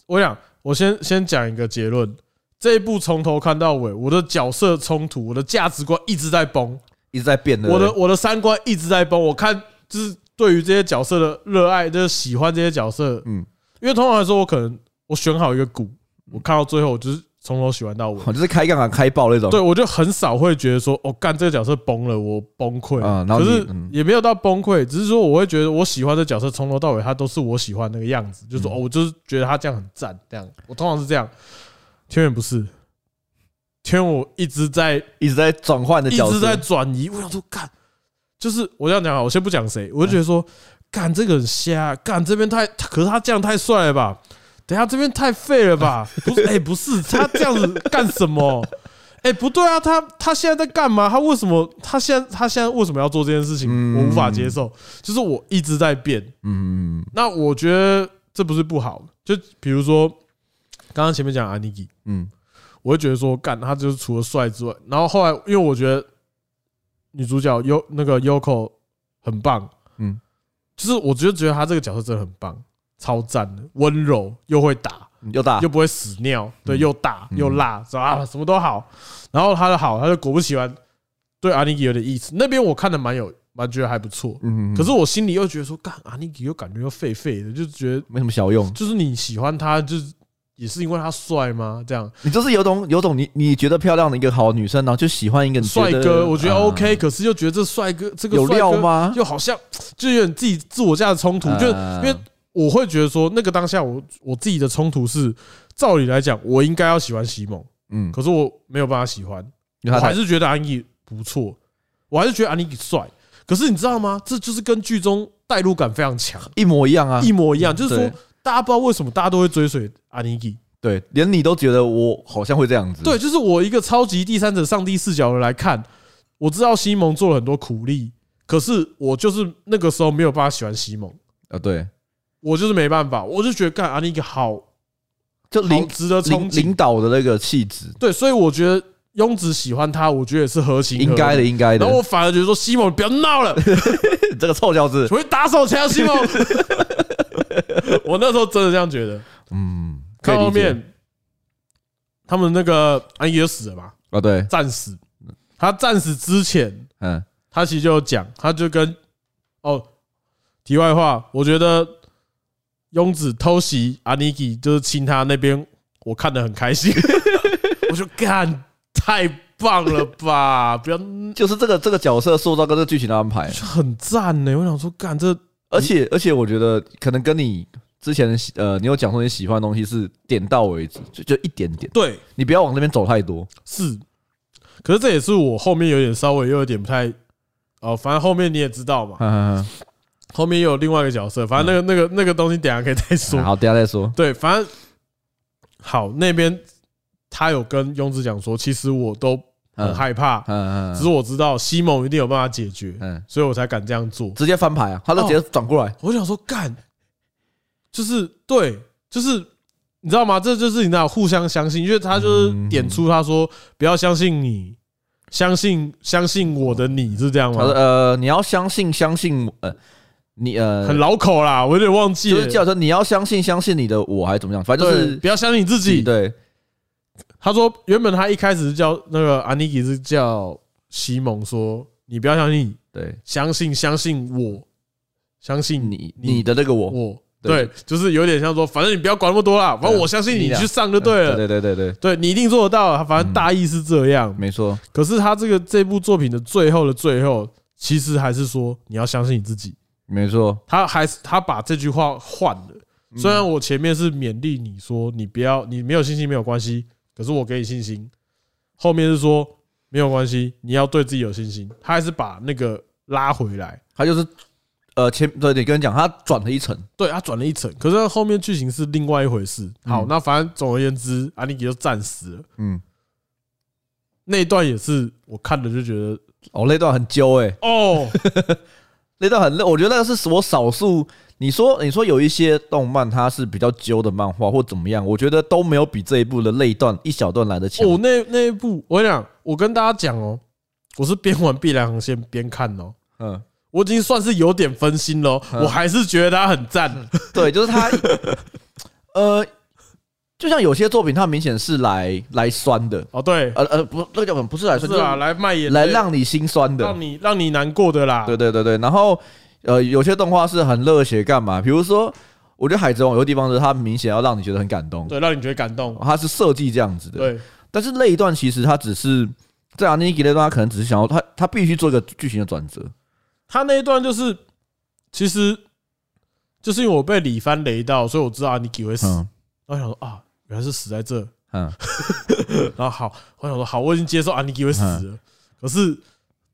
A: 我想我先先讲一个结论，这一部从头看到尾，我的角色冲突，我的价值观一直在崩。
B: 一直在变的。
A: 我的
B: 对
A: 我的三观一直在崩。我看就是对于这些角色的热爱，就是喜欢这些角色。
B: 嗯
A: 嗯，因为通常来说，我可能我选好一个股，我看到最后我就是从头喜欢到尾
B: 不。哦对，就是开杠杆开爆那种。
A: 对，我就很少会觉得说，哦，干这个角色崩了，我崩溃
B: 啊。然后
A: 可
B: 你
A: 是
B: 嗯
A: 也没有到崩溃，只是说我会觉得我喜欢的角色从头到尾，他都是我喜欢那个样子，
B: 嗯
A: 就是说哦，我就是觉得他这样很赞，这样。我通常是这样，天元不是，天元我一直在
B: 一直在转换的
A: 一
B: 角色，
A: 直在转移。我想说，干，就是我这样讲啊，我先不讲谁，我就觉得说，干这个很瞎，干这边太，可是他这样太帅了吧？等一下这边太废了吧？不是，哎、不是，他这样子干什么？哎、不对啊，他他现在在干嘛？他为什么？他现在他现在为什么要做这件事情？
B: 嗯
A: 我无法接受，就是我一直在变。
B: 嗯，嗯嗯
A: 那我觉得这不是不好，就比如说刚刚前面讲安妮基，
B: 嗯，
A: 我会觉得说，干他就是除了帅之外，然后后来因为我觉得女主角优那个 Yoko 很棒，
B: 嗯
A: 嗯，就是我就觉得她这个角色真的很棒，超赞的，温柔又会打，
B: 嗯又大
A: 又不会屎尿，对，
B: 嗯
A: 又大
B: 嗯
A: 又辣，知道吧？什么都好。然后她的好，她就果不其然对阿尼基有点意思。那边我看的蛮有蛮觉得还不错。
B: 嗯，
A: 可是我心里又觉得说，干阿尼基又感觉又废废的，就觉得
B: 没什么效用。
A: 就是你喜欢他，就是也是因为他帅吗？这样
B: 你就是有种有种你你觉得漂亮的一个好女生，然后就喜欢一个你
A: 帅哥，我觉得
B: 啊
A: OK，可是又觉得这帅哥这个
B: 有
A: 帅
B: 料
A: 哥
B: 吗？
A: 又好像就有点自己自我价值冲突，就
B: 啊
A: 因为我会觉得说，那个当下我我自己的冲突是，照理来讲，我应该要喜欢西蒙，
B: 嗯，
A: 可是我没有办法喜欢，
B: 因
A: 我
B: 为他
A: 还
B: 太
A: 是觉得安逸不错，我还是觉得安逸帅。可是你知道吗？这就是跟剧中代入感非常强，
B: 一模一样啊，
A: 一模一样。就是说
B: 对，
A: 大家不知道为什么大家都会追随安妮。
B: 对，连你都觉得我好像会这样子。
A: 对，，就是我一个超级第三者、上帝视角的来看，我知道西蒙做了很多苦力，可是我就是那个时候没有办法喜欢西蒙，
B: 啊对，
A: 我就是没办法，我就觉得干啊安妮好
B: 就
A: 好
B: 领
A: 值得憧
B: 领领
A: 憬。
B: 导的那个气质，
A: 对，所以我觉得庸子喜欢他，我觉得也是合情合理
B: 应该的，。应该的
A: 然后。我反而觉得说西蒙不要闹了，
B: 这个臭小子，
A: 回去打手枪，西蒙。 我那时候真的这样觉得。
B: 嗯，可以
A: 看
B: 理
A: 后
B: 解
A: 面，他们那个安妮就死了嘛，
B: 啊，对，
A: 战死。他战死之前，
B: 嗯，
A: 他其实就有讲，他就跟哦，题外话，我觉得庸子偷袭阿尼基就是亲他那边，我看得很开心，我就干太棒了吧， 不要
B: 就是这个这个角色塑造跟这个剧情的安排，
A: 就很赞呢、我想说，干这
B: 而且而且我觉得可能跟你之前的喜呃，你有讲说你喜欢的东西是点到为止，就就一点点，
A: 对
B: 你不要往那边走太多。
A: 是，可是这也是我后面有点稍微又有点不太哦，反正后面你也知道嘛，
B: 嗯，
A: 后面又有另外一个角色，反正那个那个那个东西等一下可以再说。
B: 好，等一下再说。
A: 对，反正好那边他有跟庸子讲说，其实我都很
B: 嗯
A: 害怕，
B: 嗯嗯
A: 只是我知道西蒙一定有办法解决，
B: 嗯，
A: 所以我才敢这样做。
B: 直接翻牌啊，他就直接转过来，
A: 我想说，干，就是对，就是你知道吗？这就是你知道互相相信，因为他
B: 嗯
A: 就是点出他说不要相信你，相信相信我的你是这样
B: 他说
A: 吗？
B: 呃，你要相信相信我呃，你呃，
A: 很老口啦，我有点忘记
B: 就是
A: 了。
B: 叫说你要相信相信你的我还是怎么样，反正就
A: 对，
B: 是
A: 不要相信你自己。
B: 对，
A: 他说原本他一开始是叫那个安妮基是叫西蒙说你不要相信，
B: 对
A: 相信相信我，相信
B: 你你的那个我，
A: 我。
B: 对
A: 对，就是有点像说，反正你不要管那么多啦，反正我相信你
B: 你
A: 你
B: 俩
A: 去上就嗯对了。
B: 对对对对，
A: 对你一定做得到，啊反正大意是这样。
B: 没错，
A: 可是他这个这部作品的最后的最后，其实还是说你要相信你自己。
B: 没错，
A: 他还是他把这句话换了，虽然我前面是勉励你说你不要你没有信心没有关系，可是我给你信心。后面是说没有关系，你要对自己有信心。他还是把那个拉回来，
B: 他就是呃前对你跟你讲，他转了一层，
A: 对他转了一层。可是后面剧情是另外一回事。好
B: 嗯，
A: 那反正总而言之，安妮给就战死了。
B: 嗯，
A: 那一段也是我看了就觉得
B: 哦，那段很揪哎、
A: 哦，
B: 那段很累，我觉得那个是我少数。你说，你说有一些动漫它是比较揪的漫画或怎么样，我觉得都没有比这一部的泪段一小段来的强。
A: 哦，那那一部，我跟你讲，我跟大家讲哦，我是边玩《碧蓝航线》边看哦，
B: 嗯，
A: 我已经算是有点分心了哦，
B: 嗯
A: 我还是觉得它很赞。
B: 对，就是它，呃，就像有些作品，它明显是来来酸的，
A: 哦，对，
B: 呃呃，不，那个叫什么？不是来
A: 是
B: 酸，
A: 啊，
B: 就
A: 来卖
B: 是
A: 眼
B: 来
A: 泪
B: 让你心酸的。
A: 让你让你难过的啦。
B: 对对对对，然后呃，有些动画是很热血，干嘛？比如说，我觉得《海贼王》有些地方是它明显要让你觉得很感动，
A: 对，让你觉得感动。
B: 它是设计这样子的。
A: 对，
B: 但是那一段其实它只是在阿尼基那段，它可能只是想要它它必须做一个剧情的转折。
A: 他那一段就是，其实就是因为我被李帆雷到，所以我知道阿尼基会死。
B: 嗯
A: 然后想说啊，原来是死在这。
B: 嗯，
A: 然后好，我想说好，我已经接受阿尼基会死了。
B: 嗯
A: 可是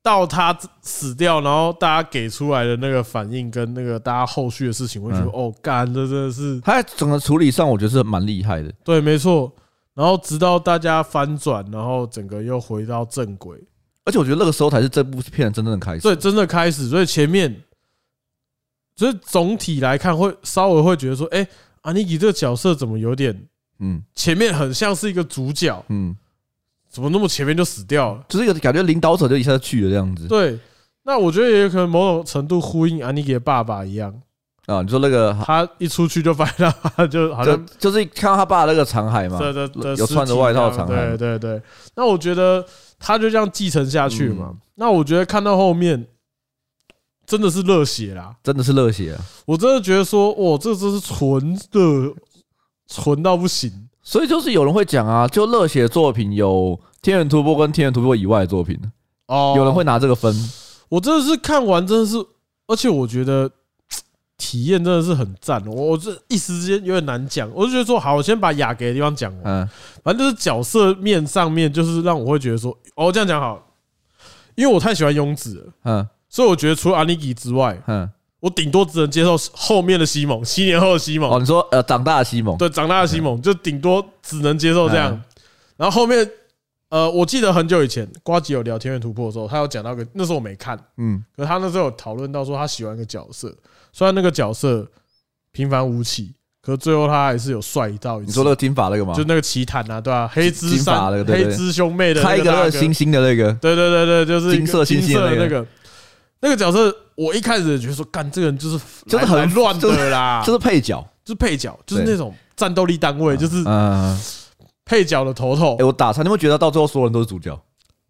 A: 到他死掉，然后大家给出来的那个反应跟那个大家后续的事情，我就觉得
B: 嗯
A: 哦，干，这真的是
B: 它在整个处理上，我觉得是蛮厉害的。
A: 对，没错。然后直到大家翻转，然后整个又回到正轨，
B: 而且我觉得那个时候才是这部片的真正的开始。
A: 所以真的开始，所以前面，所以总体来看会稍微会觉得说，哎、阿尼基这个角色怎么有点
B: 嗯
A: 前面很像是一个主角，
B: 嗯，
A: 怎么那么前面就死掉了？
B: 就是有感觉领导者就一下就去了这样子
A: 对，那我觉得也有可能某种程度呼应阿尼基的爸爸一样，
B: 啊。你说那个
A: 他一出去就发现他就好
B: 就
A: 像
B: 就是看到他爸那个残骸嘛，
A: 这这这
B: 有穿着外套长
A: 对
B: 衫
A: 对对。那我觉得他就这样继承下去嘛
B: 嗯。
A: 那我觉得看到后面，真的是热血啦！
B: 真的是热血啊。
A: 我真的觉得说，哇，这真是纯热，纯到不行。
B: 所以就是有人会讲啊，就热血作品有《天元突破》跟《天元突破》以外的作品，
A: 哦
B: 有人会，拿这个分。
A: 我真的是看完真的是，而且我觉得体验真的是很赞。我我这一时之间有点难讲，我就觉得说，好，我先把雅给的地方讲完。
B: 嗯，
A: 反正就是角色面上面，就是让我会觉得说，哦，这样讲好，因为我太喜欢庸子了，
B: 嗯
A: 所以我觉得除了阿尼基之外，
B: 嗯，
A: 我顶多只能接受后面的西蒙，七年后的西蒙
B: 哦，，你说呃，长大的西蒙，
A: 对，长大的西蒙就顶多只能接受这样
B: 嗯。
A: 然后后面，呃，我记得很久以前瓜吉有聊《天元突破》的时候，他有讲到一个，那时候我没看，
B: 嗯
A: 可是他那时候有讨论到说他喜欢一个角色，虽然那个角色平凡无奇，可是最后他还是有帅到一次。
B: 你说那个金发那个吗
A: 就？那个奇谭啊，对吧、黑之
B: 金发
A: 三
B: 那个、对
A: 黑
B: 对
A: 之兄妹的
B: 开一
A: 个
B: 个那
A: 大
B: 个
A: 哥
B: 星星的那个，
A: 对对对对，就是一个
B: 金色星
A: 金
B: 星
A: 色
B: 的
A: 的那
B: 那
A: 个那个角色，我一开始也觉得说，干这个人就是
B: 就
A: 来
B: 是很
A: 来乱
B: 就是
A: 的啦，
B: 就是配角。
A: 就是配角，就是
B: 对
A: 那种战斗力单位，就是
B: 嗯，
A: 配角的头头
B: 哎，。我打岔，你会觉得到最后所有人都是主角？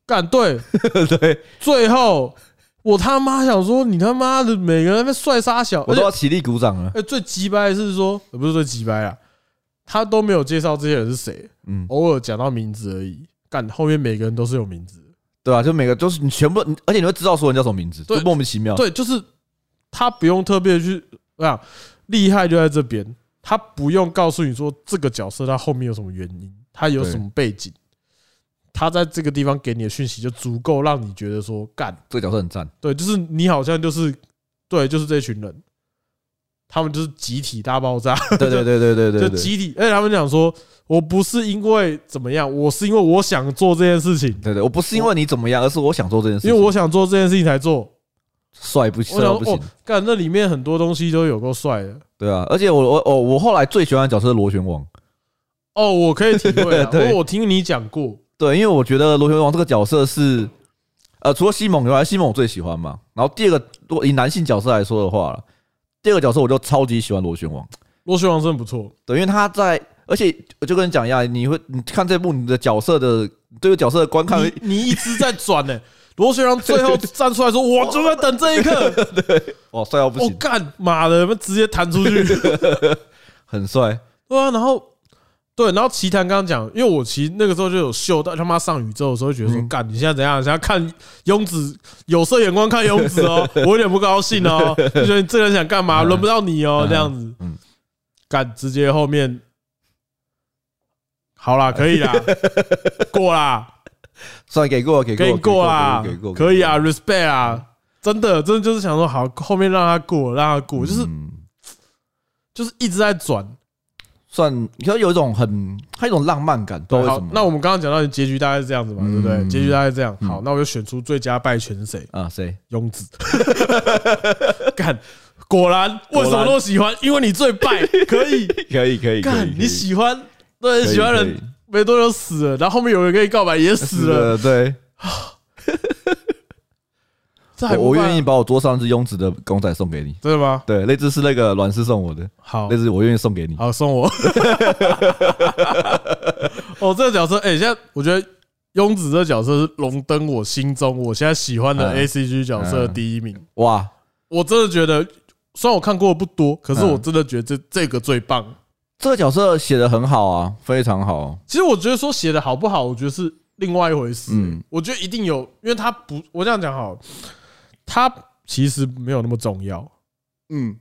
A: 干对，
B: 对，
A: 最后我他妈想说，你他妈的每个人在那边帅杀小，
B: 我
A: 而
B: 都
A: 且
B: 要起立鼓掌了。
A: 哎最鸡掰的是说，呃不是最鸡掰啊，他都没有介绍这些人是谁，
B: 嗯，
A: 偶尔讲到名字而已。干后面每个人都是有名字的，
B: 对啊，就每个都是你全部，而且你会知道所有人叫什么名字，
A: 对
B: 就莫名其妙。
A: 对，就是他不用特别去啊，厉害就在这边，他不用告诉你说这个角色他后面有什么原因，他有什么背景，他在这个地方给你的讯息就足够让你觉得说干，
B: 这个角色很赞。
A: 对，就是你好像就是对，就是这群人，他们就是集体大爆炸，
B: 对对对对 对
A: 就
B: 对对。
A: 集体，而哎且他们讲说。我不是因为怎么样，我是因为我想做这件事情，
B: 对对，我不是因为你怎么样，而是我想做这件事
A: 因为
B: 情。
A: 我想做这件事情才做。
B: 帅不
A: 我
B: 帅
A: 想
B: 到不
A: 说，哦
B: 行，，
A: 干那里面很多东西都有够帅的，
B: 对啊，而且我我我我后来最喜欢的角色是螺旋王，
A: 哦，我可以体会啊
B: ，对
A: 因为我听你讲过，
B: 对，因为我觉得螺旋王这个角色是，呃，除了西蒙以外，西蒙我最喜欢嘛。然后第二个，如果以男性角色来说的话啦第二个角色我就超级喜欢螺旋王，
A: 螺旋王真的不错，
B: 对，因为他在，而且我就跟你讲一样，你会你看这部你的角色的对这个角色的观看，
A: 你你一直在转 呢、螺旋王最后站出来说：“我就在等这一刻。
B: 哇，帅 到”不
A: 我
B: 行，
A: 干妈的，直接弹出去，对
B: 很帅，
A: 啊，然后对，然后奇谭刚刚讲，因为我其实那个时候就有秀到他妈上宇宙的时候，觉得说：“
B: 嗯
A: 干，你现在怎样？想要看庸子有色眼光看庸子 哦，我有点不高兴哦，就觉得你这个人想干嘛？
B: 嗯
A: 轮不到你哦，
B: 嗯
A: 这样子。”
B: 嗯
A: 干，直接后面好
B: 哎
A: 啦，可以 啦，过啦。
B: 算给过给
A: 给
B: 过
A: 你过啦
B: 给过，，嗯
A: 可以啊，respect 啊，真的，真的就是想说好，后面让他过，让他过，
B: 我
A: 就是就是一直在转。
B: 算，你说有一种很，他有一种浪漫感，不知道为
A: 好
B: 什么，。
A: 那我们刚刚讲到的结局大概是这样子嘛，对不对？
B: 嗯
A: 结局大概是这样。
B: 嗯
A: 好，那我就选出最佳败犬是谁？
B: 啊谁？
A: 庸子， 干，果然为什么都喜欢？因为你最败，可 以
B: 可以可以
A: 干，你喜欢，对，
B: 可以
A: 喜欢
B: 可以
A: 人没多久死了，然后后面有人跟你告白也死了，
B: 了，对，
A: 这还
B: 我
A: 不
B: 我
A: 败啊
B: 愿意把我桌上那只庸子的公仔送给你。
A: 真的吗？
B: 对，那只是那个阮氏送我的，
A: 好
B: 那，只我愿意送给你。
A: 好，送我。 哦，这个角色，哎、现在我觉得庸子这个角色是荣登我心中我现在喜欢的
B: 嗯
A: A C G 角色的第一名。
B: 哇，
A: 我真的觉得，虽然我看过的不多，可是
B: 嗯
A: 我真的觉得这这个最棒。
B: 这个角色写的很好啊，非常好。
A: 其实我觉得说写的好不好，我觉得是另外一回事、
B: 嗯
A: 我觉得一定有，因为他不，我这样讲好了，他其实没有那么重要，
B: 嗯，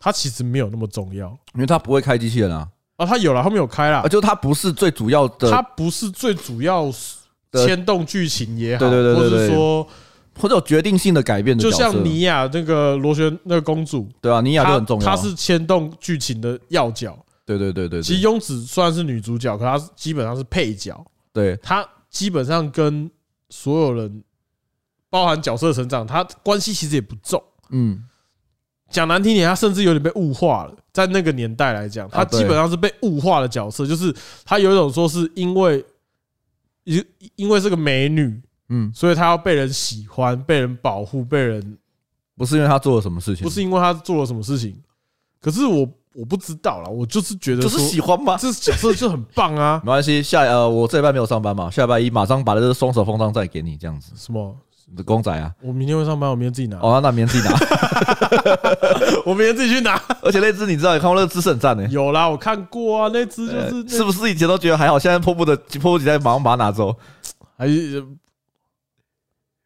A: 他其实没有那么重要。
B: 因为他不会开机器人啊，
A: 啊，他有了，后面有开啦
B: 啊，，就他不是最主要
A: 它
B: 的，
A: 不是最主要
B: 的
A: 牵动剧情也好，
B: 对对对对
A: 或者
B: 对
A: 说
B: 或者有决定性的改变的
A: 就
B: 角色
A: 像，尼亚那个螺旋那个公主，
B: 对啊，尼亚就
A: 她
B: 很重要
A: 她
B: 啊。
A: 是牵动剧情的要角。
B: 对对对对
A: 其
B: 对
A: 实庸子虽然是女主角，可她基本上是配角，
B: 对，
A: 她基本上跟所有人，包含角色成长，她关系其实也不重。
B: 嗯，
A: 讲难听点，她甚至有点被物化了。在那个年代来讲，她
B: 啊对
A: 基本上是被物化的角色，就是她有一种说是因为，因因为是个美女，
B: 嗯，
A: 所以他要被人喜欢、被人保护、被人，
B: 不是因为他做了什么事情，
A: 不是因为他做了什么事情。可是我我不知道啦，我就是觉得
B: 就
A: 说
B: 是喜欢吧。
A: 这角色就很棒啊
B: 没。关系，下呃，我这礼拜没有上班嘛，下礼拜一马上把这个双手风筝再给你，这样子。
A: 什么
B: 公仔啊，
A: 我明天会上班，我明天自己拿，
B: 哦，那明天自己拿。
A: 我明天自己去拿。
B: 而且那只你知道，你看过那个姿势很赞呢、
A: 有啦，我看过啊，那只就
B: 呃
A: 是那
B: 是不是以前都觉得还好，现在迫不得迫不及待马上把它拿走。
A: 还是哎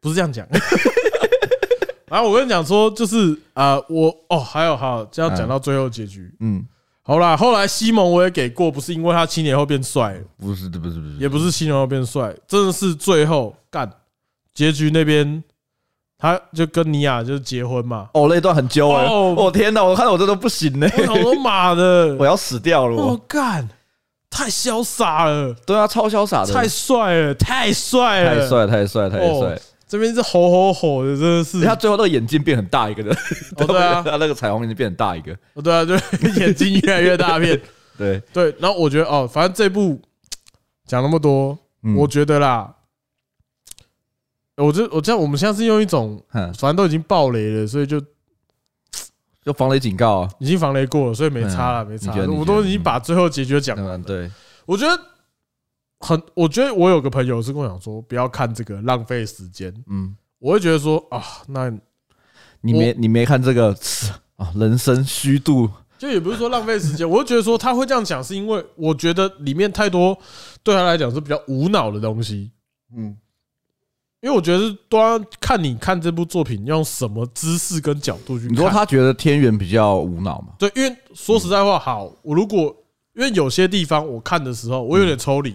A: 不是这样讲？ 然后我跟你讲说，就是啊、呃我哦，还有还有，这样讲到最后结局。
B: 嗯，
A: 好啦，后来西蒙我也给过，不是因为他七年后变帅，
B: 不是，不是，不是，
A: 也不是七年后变帅，真的是最后干结局那边，他就跟尼亚就是结婚嘛。
B: 哦，那一段很揪哎、
A: 哦
B: 我、天哪，我看到我这都不行呢、
A: 我想说妈的，
B: 我要死掉了
A: 我
B: 我。
A: 干，太潇洒了，
B: 对啊，超潇洒的，
A: 太帅了，太帅了，
B: 太！帅，太帅，太帅
A: 哦！这边是吼吼吼的，真的 是。
B: 他最后那个眼睛变很大一个的，
A: 哦，对啊，
B: 他那个彩虹眼睛变很大一个，
A: 哦对啊，对， 眼睛越来越大 片。
B: 对，
A: 对，然后我觉得哦，反正这部讲那么多，
B: 嗯
A: 我觉得啦，我这我这样，我们现在是用一种，
B: 哼
A: 反正都已经爆雷了，所以就
B: 就防雷警告啊，
A: 已经防雷过了，所以没差了，
B: 嗯
A: 没
B: 你
A: 差
B: 觉得嗯
A: 啦。
B: 你
A: 我
B: 觉得
A: 都已经把最后结局讲完
B: 当然
A: 了。
B: 对，
A: 我觉得很，我觉得我有个朋友是跟我讲说，不要看这个，浪费时间。
B: 嗯，
A: 我会觉得说啊，那
B: 你没你没看这个啊，人生虚度，
A: 就也不是说浪费时间，我就觉得说他会这样讲，是因为我觉得里面太多对他来讲是比较无脑的东西。
B: 嗯，
A: 因为我觉得是都要看你看这部作品用什么姿势跟角度去看。
B: 你说他觉得天元比较无脑嘛？
A: 对，因为说实在话，好，我如果因为有些地方我看的时候，我有点抽离，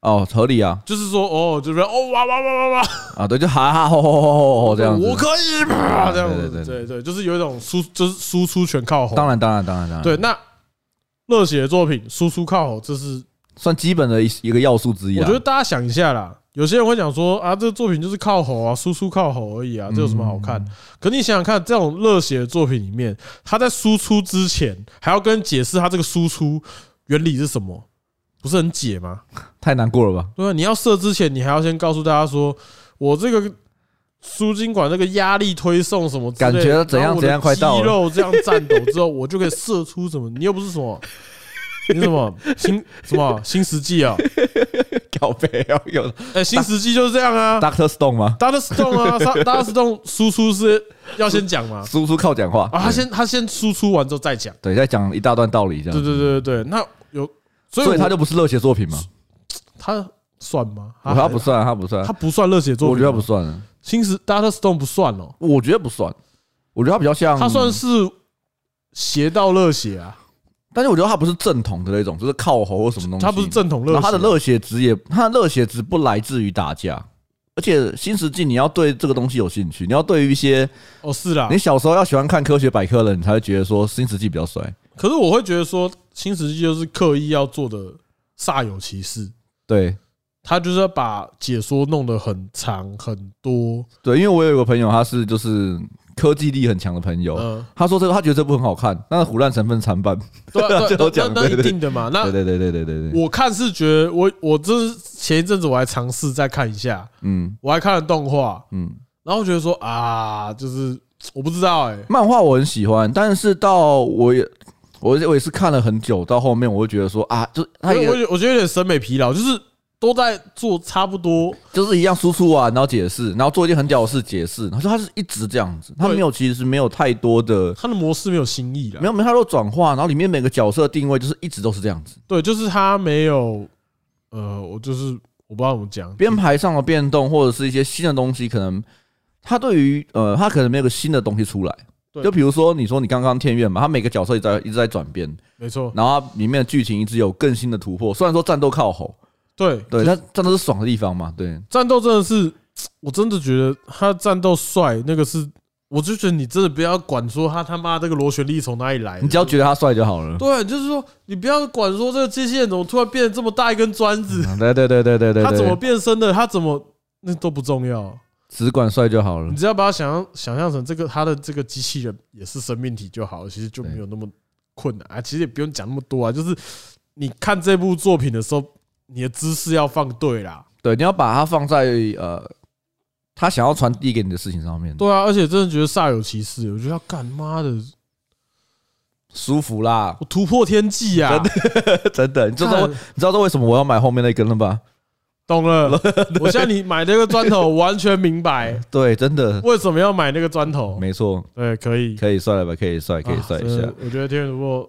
B: 哦，合理啊，
A: 就是说哦，就是哦哇哇哇哇 哇，
B: 啊，对，就哈哈吼吼吼吼哦吼这样
A: 我
B: 子。
A: 可以啪这样
B: 对对
A: 子，对
B: 对
A: 对，就是有一种输，就是输出全靠吼。
B: 当然，当然，当然，当然，
A: 对，，那热血的作品输出靠吼，这是
B: 算基本的一一个要素之一
A: 我
B: 啊。
A: 觉得大家想一下啦，有些人会讲说啊，这个作品就是靠吼啊，输出靠吼而已啊，这有什么好看？可你想想看，这种热血的作品里面，他在输出之前还要跟人解释他这个输出原理是什么，不是很解吗？
B: 太难过了 吧？
A: 对吧？啊你要射之前，你还要先告诉大家说，我这个输精管这个压力推送什么之类的
B: 感觉怎样
A: 然后我的
B: 怎样快到 了
A: 肌肉这样颤抖之后，我就可以射出什么？你又不是什么。你什么新什么新石纪 啊？
B: 搞背哦，有
A: 哎、新石纪就是这样啊。
B: Doctor Stone 吗？
A: Data Stone 啊，Sa-，Data Stone 输出是要先讲嘛？
B: 叔叔靠讲话
A: 啊，他
B: 对
A: 先他先输出完之后再讲。
B: 对，再讲一大段道理这
A: 对
B: 样，
A: 对对对对，那有，所以
B: 所
A: 我
B: 以他就不是热血作品嘛？
A: 他算吗？
B: 他不，算，他不算
A: 啊他，不算热血作品吗，
B: 我觉得不算啊，
A: 新时 Data Stone 不算哦，
B: 我觉得不算，我觉得他比较像，
A: 他算，是邪道热血啊，
B: 但是我觉得他不是正统的那种，就是靠吼或什么东西，
A: 他不是正统热
B: 然
A: 血，
B: 后他的热血值也，他的热血值不来自于打架，而且新石纪你要对这个东西有兴趣，你要对于一些
A: 哦是啦
B: 你，小时候要喜欢看科学百科的人，你才会觉得说新石纪比较帅。
A: 可是我会觉得说新时期就是刻意要做的煞有其事，
B: 对
A: 他就是要把解说弄得很长很多，
B: 对，因为我有一个朋友，他是就是科技力很强的朋友，
A: 嗯，
B: 他说这个他觉得这部很好看，但是胡乱成分参半。
A: 对 啊
B: 这
A: 对
B: 我
A: 啊，
B: 讲
A: 那那
B: 对
A: 一
B: 对
A: 定的嘛，那
B: 对对对对对对对，
A: 我看是觉得我我这前一阵子我还尝试再看一下，
B: 嗯
A: 我还看了动画，
B: 嗯，
A: 然后我觉得说啊，就是我不知道哎、
B: 漫画我很喜欢，但是到我也我也我也是看了很久，到后面我会觉得说啊，就他
A: 因为
B: 也
A: 我觉得我觉得有点审美疲劳，就是都在做差不多，
B: 就是一样输出啊，然后解释，然后做一件很屌的事解释，然后他是一直这样子，他没有其实没有太多的。
A: 它的模式没有新意了
B: 没。有没有太多转化，然后里面每个角色定位就是一直都是这样子，
A: 对，就是它没有，呃，我就是我不知道怎么讲，
B: 编排上的变动或者是一些新的东西，可能他对于呃他可能没有个新的东西出来。
A: 对
B: 就比如说你说你刚刚天怨嘛，他每个角色一直在一直在转变，
A: 没错，
B: 然后它里面的剧情一直有更新的突破。虽然说战斗靠吼，
A: 对
B: 对，但战斗是爽的地方嘛，对，
A: 战斗真的是，我真的觉得他战斗帅那个是，我就觉得你真的不要管说他他妈这个螺旋力从哪里来的，
B: 你只要觉得他帅就好了。
A: 对，就是说你不要管说这个机器人怎么突然变得这么大一根砖 子，
B: 啊对对对对对嗯对，
A: 它
B: 对嗯
A: 怎么变身的，它怎么那都不重要，
B: 只管帅就好了
A: 你？只要把它想象想象成这个它的这个机器人也是生命体就好了，其实就
B: 对
A: 没有那么困难啊。其实也不用讲那么多啊，就是你看这部作品的时候，你的姿势要放对啦。
B: 对，你要把它放在呃他想要传递给你的事情上面，
A: 对啊，而且真的觉得煞有其事，我觉得要干妈的，
B: 舒服啦，
A: 我突破天际啊！
B: 真的。你知道
A: 干
B: 你知道为什么我要买后面那根了吧？
A: 懂 了。我现在你买那个砖头，完全明白
B: 对，真的
A: 为什么要买那个砖头。
B: 没错，
A: 对，可以，
B: 可以帅了吧？可以帅，可以帅
A: 啊
B: 一
A: 真
B: 下
A: 的。我觉得《天元突破》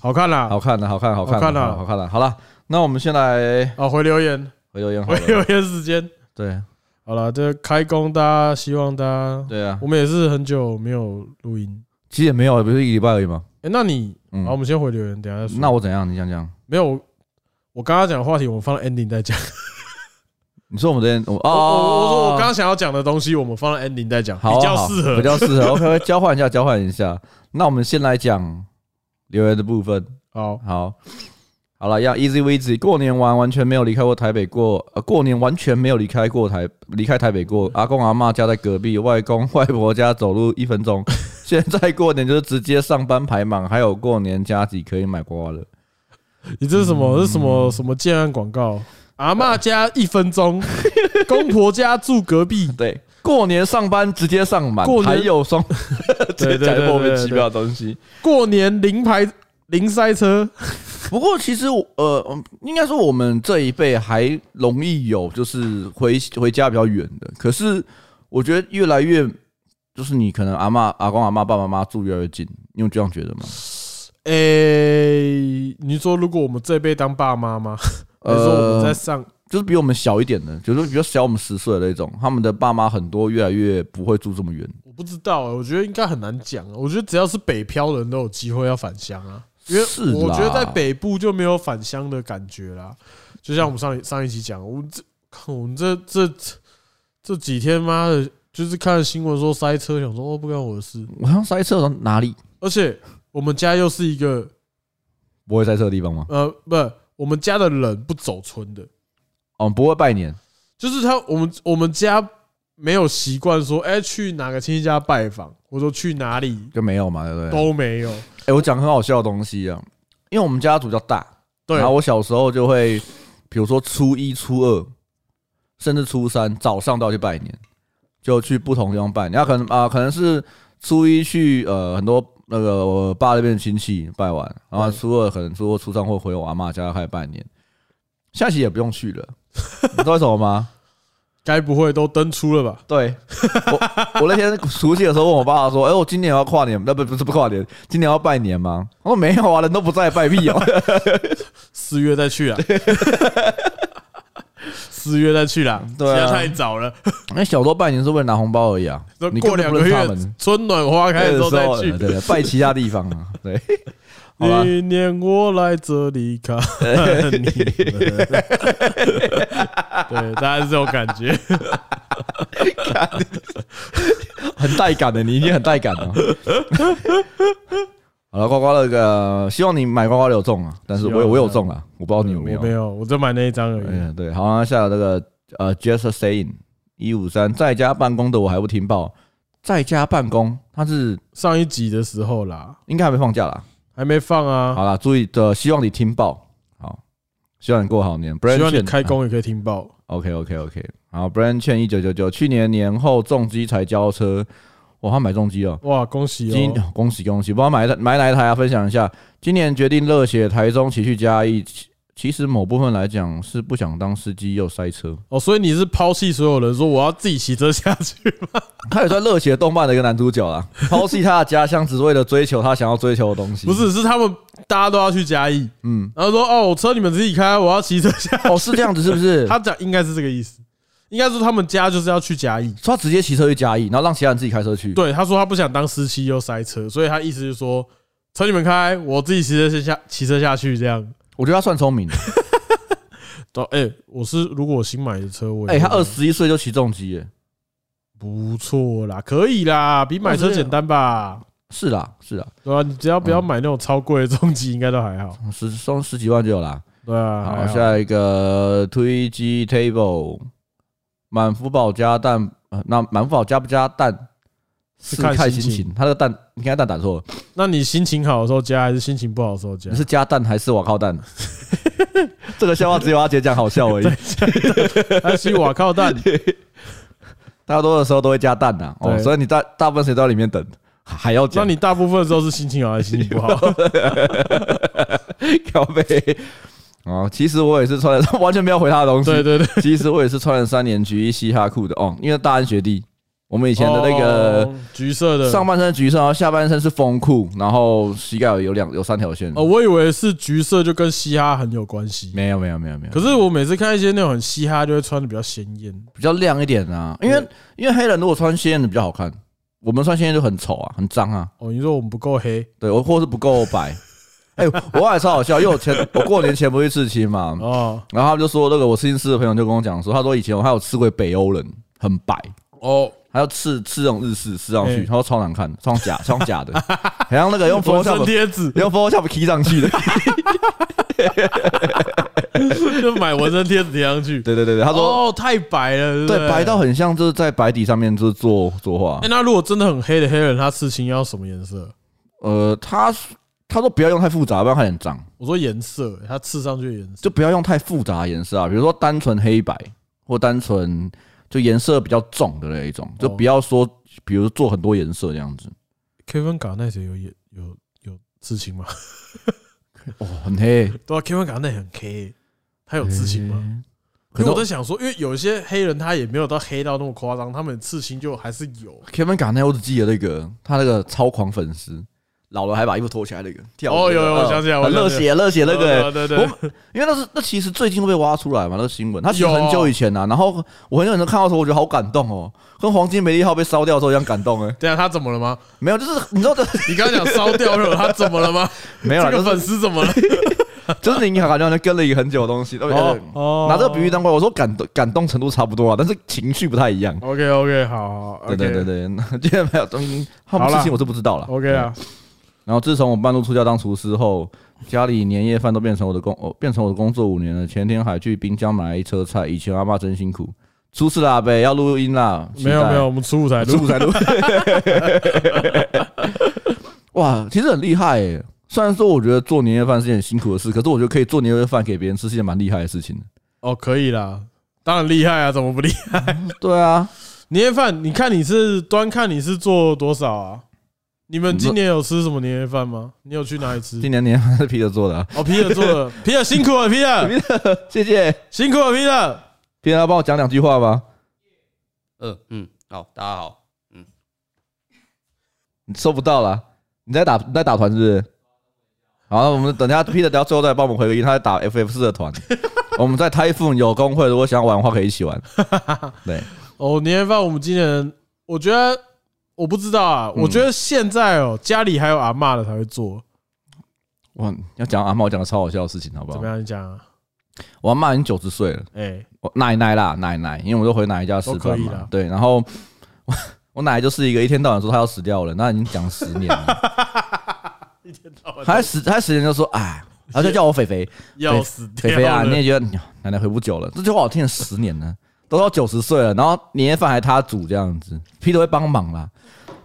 A: 好看啦。
B: 好看的，好看，好看
A: 啊好看
B: 的，
A: 啊
B: 好看的。好了，那我们先来
A: 啊，回留言，
B: 回留言好
A: 回
B: 了。
A: 留言时间。
B: 对
A: 好了，这开工，大家希望大家，
B: 对啊，
A: 我们也是很久没有录音。
B: 其实也没有，啊不是一个礼拜而已嘛。
A: 哎，那你，
B: 嗯
A: 好，我，们先回留言，等一下再说。
B: 那我怎样？你想想，
A: 没有，我我刚刚讲的话题，我们放到 ending 再讲。
B: 你说我们这边，我
A: 我我我说我
B: 哦，
A: 刚刚想要讲的东西，我们放到 ending 再讲，
B: 好啊
A: 比较
B: 好
A: 适合
B: 比。较适合。OK，交换一下，交换一下。那我们先来讲留言的部分。
A: 好，
B: 好，好了，要 easy w e a s y 过年完完全没有离开过台北过，呃，过年完全没有离开过台，离开台北过。阿公阿妈家在隔壁，外公 外婆家走路一分钟。 现在过年就是直接上班排满，还有过年加急可以买刮刮乐。
A: 你这是什
B: 嗯
A: 么？这是什么什么建案广告？阿嬷家一分钟，公婆家住隔壁。
B: 对，过年上班直接上满
A: 过，年
B: 还有双，
A: 对对对
B: 直接讲一个莫名
A: 对对
B: 其
A: 对
B: 妙的东西。
A: 过年零排零塞车，
B: 不过其实我呃，嗯应该说我们这一辈还容易有就是回回家比较远的，可是我觉得越来越就是你可能阿嬷、阿公、阿嬷、爸爸妈妈住越来越近，你有这样觉得吗？
A: 诶、你说如果我们这辈当爸妈吗？ 还是说我们在上？
B: 呃就是比我们小一点的，就是比较小我们十岁的那种，他们的爸妈很多越来越不会住这么远，
A: 我不知道、欸，我觉得应该很难讲啊。我觉得只要是北漂人都有机会要返乡啊，因为
B: 是啦
A: 我觉得在北部就没有返乡的感觉啦。就像我们上一上一集讲，我们这看我们这这这这几天妈的，就是看新闻说塞车，想说哦不干我的事，
B: 我好像塞车的时候哪里
A: 而且我们家又是一个
B: 不会塞车的地方吗？
A: 呃不，我们家的人不走村的，
B: 哦，不会拜年，
A: 就是他我们我们家没有习惯说，哎、去哪个亲戚家拜访，或者说去哪里
B: 就没有嘛，对不对？
A: 都没有。
B: 哎、我讲很好笑的东西啊，因为我们家族比较大，
A: 对
B: 然，后我小时候就会，比如说初一、初二，甚至初三早上都要去拜年，就去不同地方拜年。然后可能啊、可能是初一去呃很多那个我爸那边的亲戚拜完，然后
A: 对
B: 初二可能初二、初三会回我阿妈家开始拜年。下期也不用去了，你知道为什 么吗？
A: 该不会都登出了吧？
B: 对我，我那天除夕的时候问我爸爸说：“哎、我今年要跨年，那不不是不跨年，今年要拜年吗？”我说：“没有啊，人都不在，拜屁哦。
A: 四月再 去啊，四月再去啦，
B: 对啊
A: 现在太早了，”
B: 那小时候拜年是为了拿红包而已啊，
A: 说
B: 你根
A: 过
B: 本
A: 两
B: 不
A: 个
B: 认识他
A: 月
B: 们
A: 春暖花开的时候再去
B: 对。对，拜其他地方啊， 对，好吧，
A: 你念我来这里 看你们，对，大概是这种感觉。
B: 很带感的，你已经很带感了。 好了，刮刮乐个，希望你买刮刮乐有中啊，但是我
A: 希
B: 有
A: 望
B: 我有中啊，我不知道 你有没
A: 我
B: 有
A: 没。有，我就买那一张而
B: 哎
A: 已。
B: 呀，对，好，那下了这个呃，Just Saying 一五三，在家办公的我还不听报，在家办公他是
A: 上一集的时候啦，
B: 应该还没放假啦。
A: 还没放啊，
B: 好啦，注意的，希望你听报，好，希望你啊过好年，不然
A: 希望你开工也可以听报。
B: OK OK OK，好，Brand Chen 一九九九，去年年后重机才交车，哇，他买重机了，
A: 哇，恭喜
B: 今
A: 哦！
B: 恭喜恭喜，不知道买哪买哪一台啊？分享一下，今年决定热血台中骑去嘉义，其其实某部分来讲是不想当司机又塞车，
A: 哦，所以你是抛弃所有人，说我要自己骑车下去吗？
B: 他也算热血动漫的一个男主角 啦，抛弃他的家乡只为了追求他想要追求的东西，
A: 不，是，是他们大家都要去嘉义，
B: 嗯，
A: 然后说哦，我车你们自己开，我要骑车下。
B: 哦，是这样子是不是？ 他
A: 他讲应该是这个意思，应该说他们家就是要去嘉义。
B: 他直接骑车去嘉义，然后让其他人自己开车去，
A: 对，他说他不想当司机又塞车，所以他意思就是说车你们开，我自己骑车先下骑车下去这样。
B: 我觉得他算聪明的，
A: 到哎、我是如果我新买的车，我也
B: 哎，他
A: 会
B: 二十一岁就骑重机，哎，
A: 不错啦，可以啦，比买车简单吧？
B: 是啦是啦，
A: 对啊，你只要
B: 嗯
A: 不要买那种超贵的重机，应该都还好。
B: 十收十几万就有啦。
A: 对啊，还
B: 好，下一个推机 table，满福宝加蛋，呃那满福宝加不加蛋
A: 是
B: 是
A: 看
B: 看
A: 心
B: 心
A: 情
B: 情。他的蛋，你看蛋打错了，
A: 那你心情好的时候加，还是心情不好的时候加
B: 你？是加蛋还是瓦靠 蛋？这个笑话只有阿杰讲好笑而已，
A: 还是瓦靠 蛋？
B: 大多的时候都会加蛋呐、哦，
A: 对
B: 所以你大大部分时间都在里面等，还要
A: 那
B: 讲
A: 你大部分的时候是心情好还是心情不好？
B: 靠背。哦，其实我也是穿了，完 全没有回他的东 西。
A: 对对对，
B: 其实我也是穿了三年橘一嘻哈裤的哦，因为大安学弟，我们以前的那个
A: 哦橘色的
B: 上半身橘色，然后下半身是风裤，然后膝盖有有两有三条线。
A: 哦，我以为是橘色就跟嘻哈很有关系，
B: 没有没有没有没有，
A: 可是我每次看一些那种很嘻哈，就会穿的比较鲜艳。
B: 比较亮一点啊，因为因为黑人如果穿鲜艳的比较好看，我们穿鲜艳就很丑啊，很脏啊，
A: 哦，你说我们不够黑
B: 对，我或是不够 白。哎，我还超好笑，因为我前我过年前不去刺青嘛，
A: 哦
B: 然后他们就说那个我刺青师的朋友就跟我讲说，他说以前我还有刺过北欧人，很白，
A: 哦，
B: 还要刺刺那种日式刺上去，
A: 哎
B: 他说超难看，超假，超假的， 好像那 个用
A: 纹身
B: Photoshop
A: 贴纸
B: 用 Photoshop key 上去的。
A: 就买纹身贴纸贴上去。
B: 对对对对，他说
A: 哦，太白了，不
B: 对，白到。很像就是在白底上面就是做作画
A: 哎，。那如果真的很黑的黑人，他刺青要什么颜色？
B: 呃，他他说不要用太复杂，不然会很脏，
A: 我说颜色，欸他刺上去的颜色
B: 就不要用太复杂的颜色啊，比如说单纯黑白或单纯就颜色比较重的那一
A: 哦
B: 种，就不要说比如做很多颜色这样子。
A: ，Kevin 港那谁有演有有刺青吗？
B: 哦，很黑，
A: 对啊，Kevin 港那很黑，他有刺青吗？
B: 吗？
A: 可
B: 嗯可
A: 是
B: 是
A: 我在想说，因为有一些黑人他也没有到黑到那么夸张，他们刺青就还是有。
B: Kevin g a r n e t 我只记得那个他那个超狂粉丝，老了还把衣服脱起来那个跳舞
A: 哦
B: 那个
A: 有有我想起来
B: 嗯
A: 我想起来
B: 热血热血那个，
A: 对对啊对，
B: 我因为那是那其实最近都被挖出来嘛，那个新闻，他其实
A: 有
B: 很久以前呐、啊，然后我很久以前看到的时候，我觉得好感动哦，跟黄金梅利号被烧掉的时候一样感动哎、
A: 对啊，他怎么了吗？
B: 没有，就是你知道的，
A: 你刚刚讲烧掉肉，他怎么了吗？
B: 没有
A: 这
B: 啦，
A: 个
B: 就是
A: 粉丝怎么了？
B: 就是你感觉好像跟了一个很久的东西，对不对？
A: 哦
B: 拿这个比喻当怪，我说感动感动程度差不多啊，但是情绪不太一样。
A: OK OK，好，
B: 对对对对， 那今天没有，嗯，他们
A: 好啦
B: 事情我是不知道了。
A: ，OK 啊，
B: 然后自从我半路出家当厨师后，家里年夜饭都变成我的工，哦，变成我的工作五年了。前天还去滨江买了一车菜，以前阿妈真辛苦。出事啦，呗，要录音啦。期
A: 没有
B: 待
A: 没有，，我们初五才
B: 出
A: 录，
B: 才录。哇，其实很厉害诶、虽然说我觉得做年夜饭是件很辛苦的事，可是我觉得可以做年夜饭给别人吃是件蛮厉害的事情的。
A: 哦，可以啦，当然厉害啊，怎么不厉害？
B: 对啊，
A: 年夜饭，你看你是端看你是做多少啊？你们今年有吃什么年夜饭吗？你有去哪里吃
B: 今？年年夜饭是皮特做的啊、
A: 哦，皮尔做 的，皮尔辛苦了，皮尔
B: 谢谢
A: 辛苦了，皮尔。
B: 皮特，要帮我讲两句话吧。
C: 呃，嗯，好，大家好，嗯
B: 你收不到啦，你在打你在打团是不是？好，那我们等一下 Peter 到最后再帮我们回个音，他在打 FF 四 的团。我们在 Typhoon 有工会，如果想玩的话可以一起玩。对，
A: 哦，年夜饭我们今年，我觉得我不知道啊，
B: 嗯
A: 我觉得现在哦，家里还有阿嬷的才会做，
B: 哇，要讲阿妈，我讲个超好笑的事情，好不
A: 怎
B: 好
A: 么？样？你讲啊？
B: 我阿妈已经九十岁了，
A: 哎，
B: 我奶奶啦，奶奶，因为我都回奶奶家吃
A: 都可
B: 饭
A: 以
B: 嘛
A: 啦。
B: 对，然后我 我奶奶就是一个一天到晚说她要死掉了，那已经讲十年 了，
A: 一天到晚
B: 她十她十年就说哎，然后就叫我肥肥，
A: 要死 掉
B: 菲
A: 了
B: 菲啊，你也觉得哎呦奶奶回不久了，这句话我听了十年了，都到九十岁了，然后年夜饭还他煮这样子，Peter 会帮忙啦。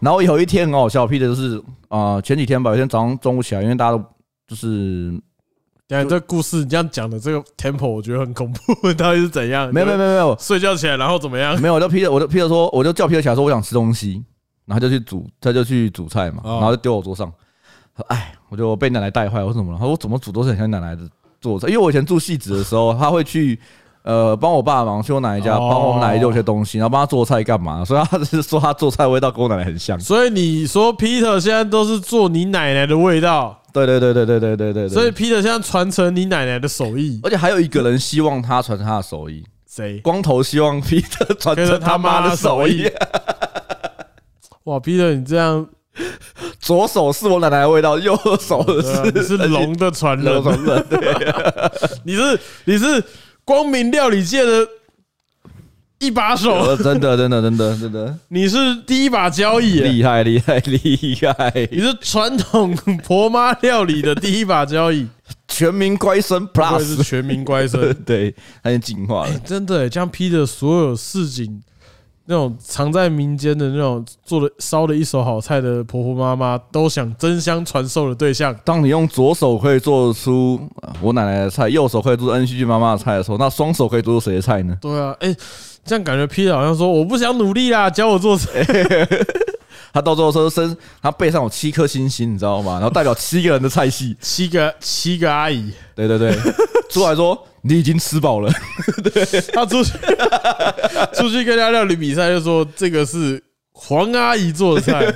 B: 然后有一天很好笑，Peter 就是呃前几天吧，有一天早上中午起来，因为大家都就是
A: 等下这故事你这样讲的这个 tempo，我觉得很恐怖， 到底是怎样？
B: 没有没有没有没有
A: 睡觉起来然后怎么样？
B: 没有，我就 Peter 我就 Peter 说，我就叫 Peter 起来说我想吃东西，然后他就去煮，他就去煮菜嘛，
A: 哦
B: 然后就丢我桌上。哎，我就被奶奶带坏，我说怎么了？他说我怎么煮都是很像奶奶的做菜，因为我以前住戏子的时候，他会去。呃，帮我爸忙，去我奶奶家，
A: 哦
B: 帮我奶奶做些东西，然后帮他做菜干嘛？所以他是说他做菜味道跟我奶奶很像。
A: 所以你说 Peter 现在都是做你奶奶的味道，
B: 对对对对对对对对对。
A: 所以 Peter 现在传承你奶奶的手艺，
B: 而且还有一个人希望他传承他的手艺，
A: 谁？
B: 光头希望 Peter 传
A: 跟着
B: 承
A: 他
B: 他
A: 妈
B: 妈
A: 的
B: 的
A: 手
B: 手
A: 艺
B: 艺。
A: 哇，Peter 你这样，
B: 左手是我奶奶的味道，右手
A: 对啊你是
B: 是
A: 龙的传人
B: 龙，种人。
A: 你是你是光明料理界的一把手，
B: 呃， 真的，真的，真的，真的，
A: 你是第一把交椅耶，
B: 厉害，厉害，厉害！
A: 你是传统婆妈料理的第一把交椅，
B: 全民乖生
A: 不愧是
B: Plus，
A: 全民乖孙。
B: 对，他已经进化了。
A: 真的耶，将 Peter 所有市井那种藏在民间的那种做的烧的一手好菜的婆婆妈妈，都想争相传授的对象。
B: 当你用左手可以做出呃我奶奶的菜，右手可以做出 N C G 妈妈的菜的时候，那双手可以做出谁的菜呢？
A: 对啊，哎、这样感觉 Peter 好像说我不想努力啦，教我做菜。
B: 他到最后说身，他背上有七颗星星，你知道吗？然后代表七个人的菜系。
A: 七个七个阿姨，
B: 对对对，出来说你已经吃饱了，
A: 他出去出去跟人家料理比赛，就说这个是黄阿姨做的 菜，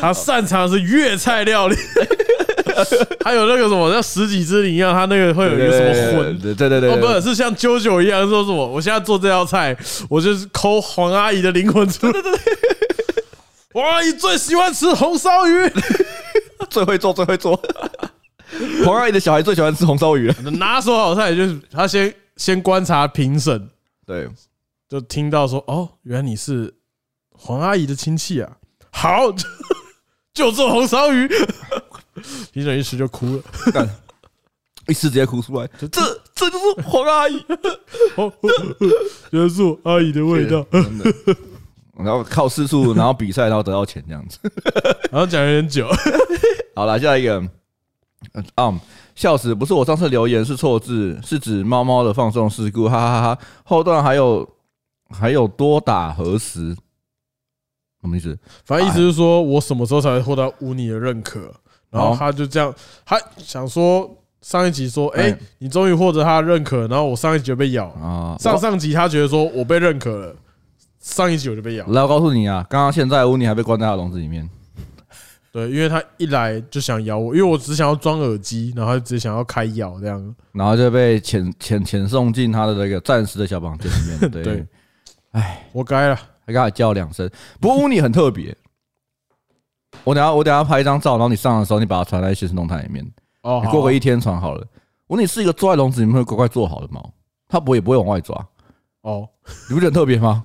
A: 他擅长的是粤菜料理， 还有那个什么像十几之灵一样，他那个会有一个什么混。
B: 对 Oh, 对对
A: 哦，
B: 对，
A: 不是，是像啾啾一样说什么？我现在做这道菜，我就是抠黄阿姨的灵魂出来。对对对， 黄阿姨最喜欢吃红烧鱼，
B: 最会做最会 做。黄阿姨的小孩最喜欢吃红烧鱼了。
A: 拿手好菜就是他先先观察评审，
B: 对，
A: 就听到说哦，原来你是黄阿姨的亲戚啊，好， 就就做红烧鱼， 评审一吃就哭了。
B: 干一吃直接哭出来， 这这就是黄阿姨，
A: 哦， 原来是我阿姨的味道。
B: 真的。然后靠次数，然后比赛，然后得到钱这样子。
A: 然后讲有点久，
B: 好了，下一个，嗯嗯，笑死，不是我上次留言是错字，是指猫猫的放送事故， 哈哈哈哈。后段还有还有多打何时？什么意思？
A: 反正意思是说我什么时候才会获得乌尼的认可？
B: 哦
A: 然后他就这样，他想说上一集说，哎
B: 哎，
A: 你终于获得他的认可，然后我上一集就被咬，
B: 啊，
A: 上上集他觉得说我被认可了，上一集我就被咬。
B: 来，我告诉你啊，刚刚现在乌尼还被关在他笼子里面。
A: 对，因为他一来就想咬我，因为我只想要装耳机，然后他只想要开咬这样。
B: 然后就被遣遣遣送进他的那个暂时的小房间里 面。对，
A: 对我该了，
B: 他刚才叫两声。不过乌尼很特别，我等下我等下拍一张照，然后你上的时候你把它传在现实动态里面，
A: 哦，
B: 你
A: 好
B: 过个一天传好了。乌尼是一个坐在笼子里面会乖乖坐好的猫，它不会也不会往外抓，
A: 哦，
B: 你不觉得很特别吗？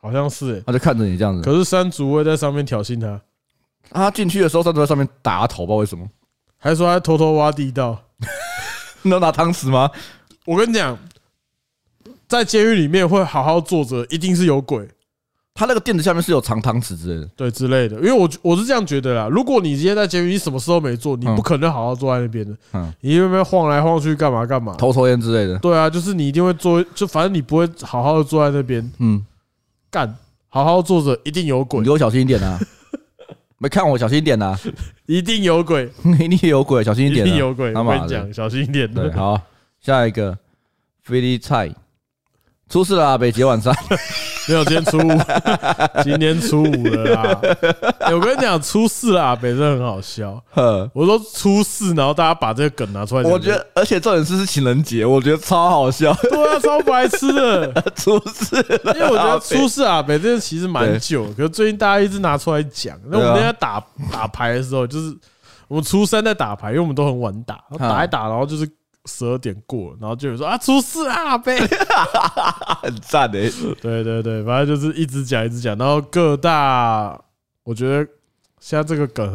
A: 好像是欸。
B: 它就看着你这样子。
A: 可是山竹会在上面挑衅他，
B: 它进去的时候，它都在上面打头，不知道为什么。
A: 还说他偷偷挖地道。
B: 你能拿汤匙吗？
A: 我跟你讲，在监狱里面会好好坐着，一定是有鬼
B: 它那个垫子下面是有藏汤匙之类的。
A: 对之类的。因为我我是这样觉得啦，如果你今天在监狱，你什么事都没做，你
B: 嗯
A: 不可能好好坐在那边的
B: 嗯，
A: 你一边晃来晃去干嘛干嘛。
B: 偷抽烟之类的，
A: 对啊，就是你一定会做，就反正你不会好好的坐在那边
B: 嗯，
A: 干，好好坐着一定有鬼
B: 你给。我小心一 点啊！没看我小心一点啊！
A: 一定有鬼，
B: 你你有鬼，小心一
A: 一
B: 点、啊！
A: 定有鬼！
B: 他
A: 我跟
B: 妈
A: 你
B: 的！
A: 讲，小心一点。
B: 对，好，下一个菲力菜出事了啊，北捷晚上
A: 没有，今天初五，今天初五了啦。欸我跟你讲，初四啦，北真的很好笑。
B: 呵
A: 我说初四，然后大家把这个梗拿出来讲，
B: 我觉得，而且重点是是情人节，我觉得超好笑。
A: 对啊，超白痴的。
B: 出事了，
A: 因为我觉得初四啊，北这个其实蛮久，可是最近大家一直拿出来讲。那我们
B: 对啊
A: 那天打打牌的时候，就是我们初三在打牌，因为我们都很晚 打，然后打一打，然后就是十二点过，然后就有人说啊初四啊， 北。
B: 很赞 欸诶、
A: 对对对，反正就是一直讲一直讲，然后各大，我觉得现在这个梗很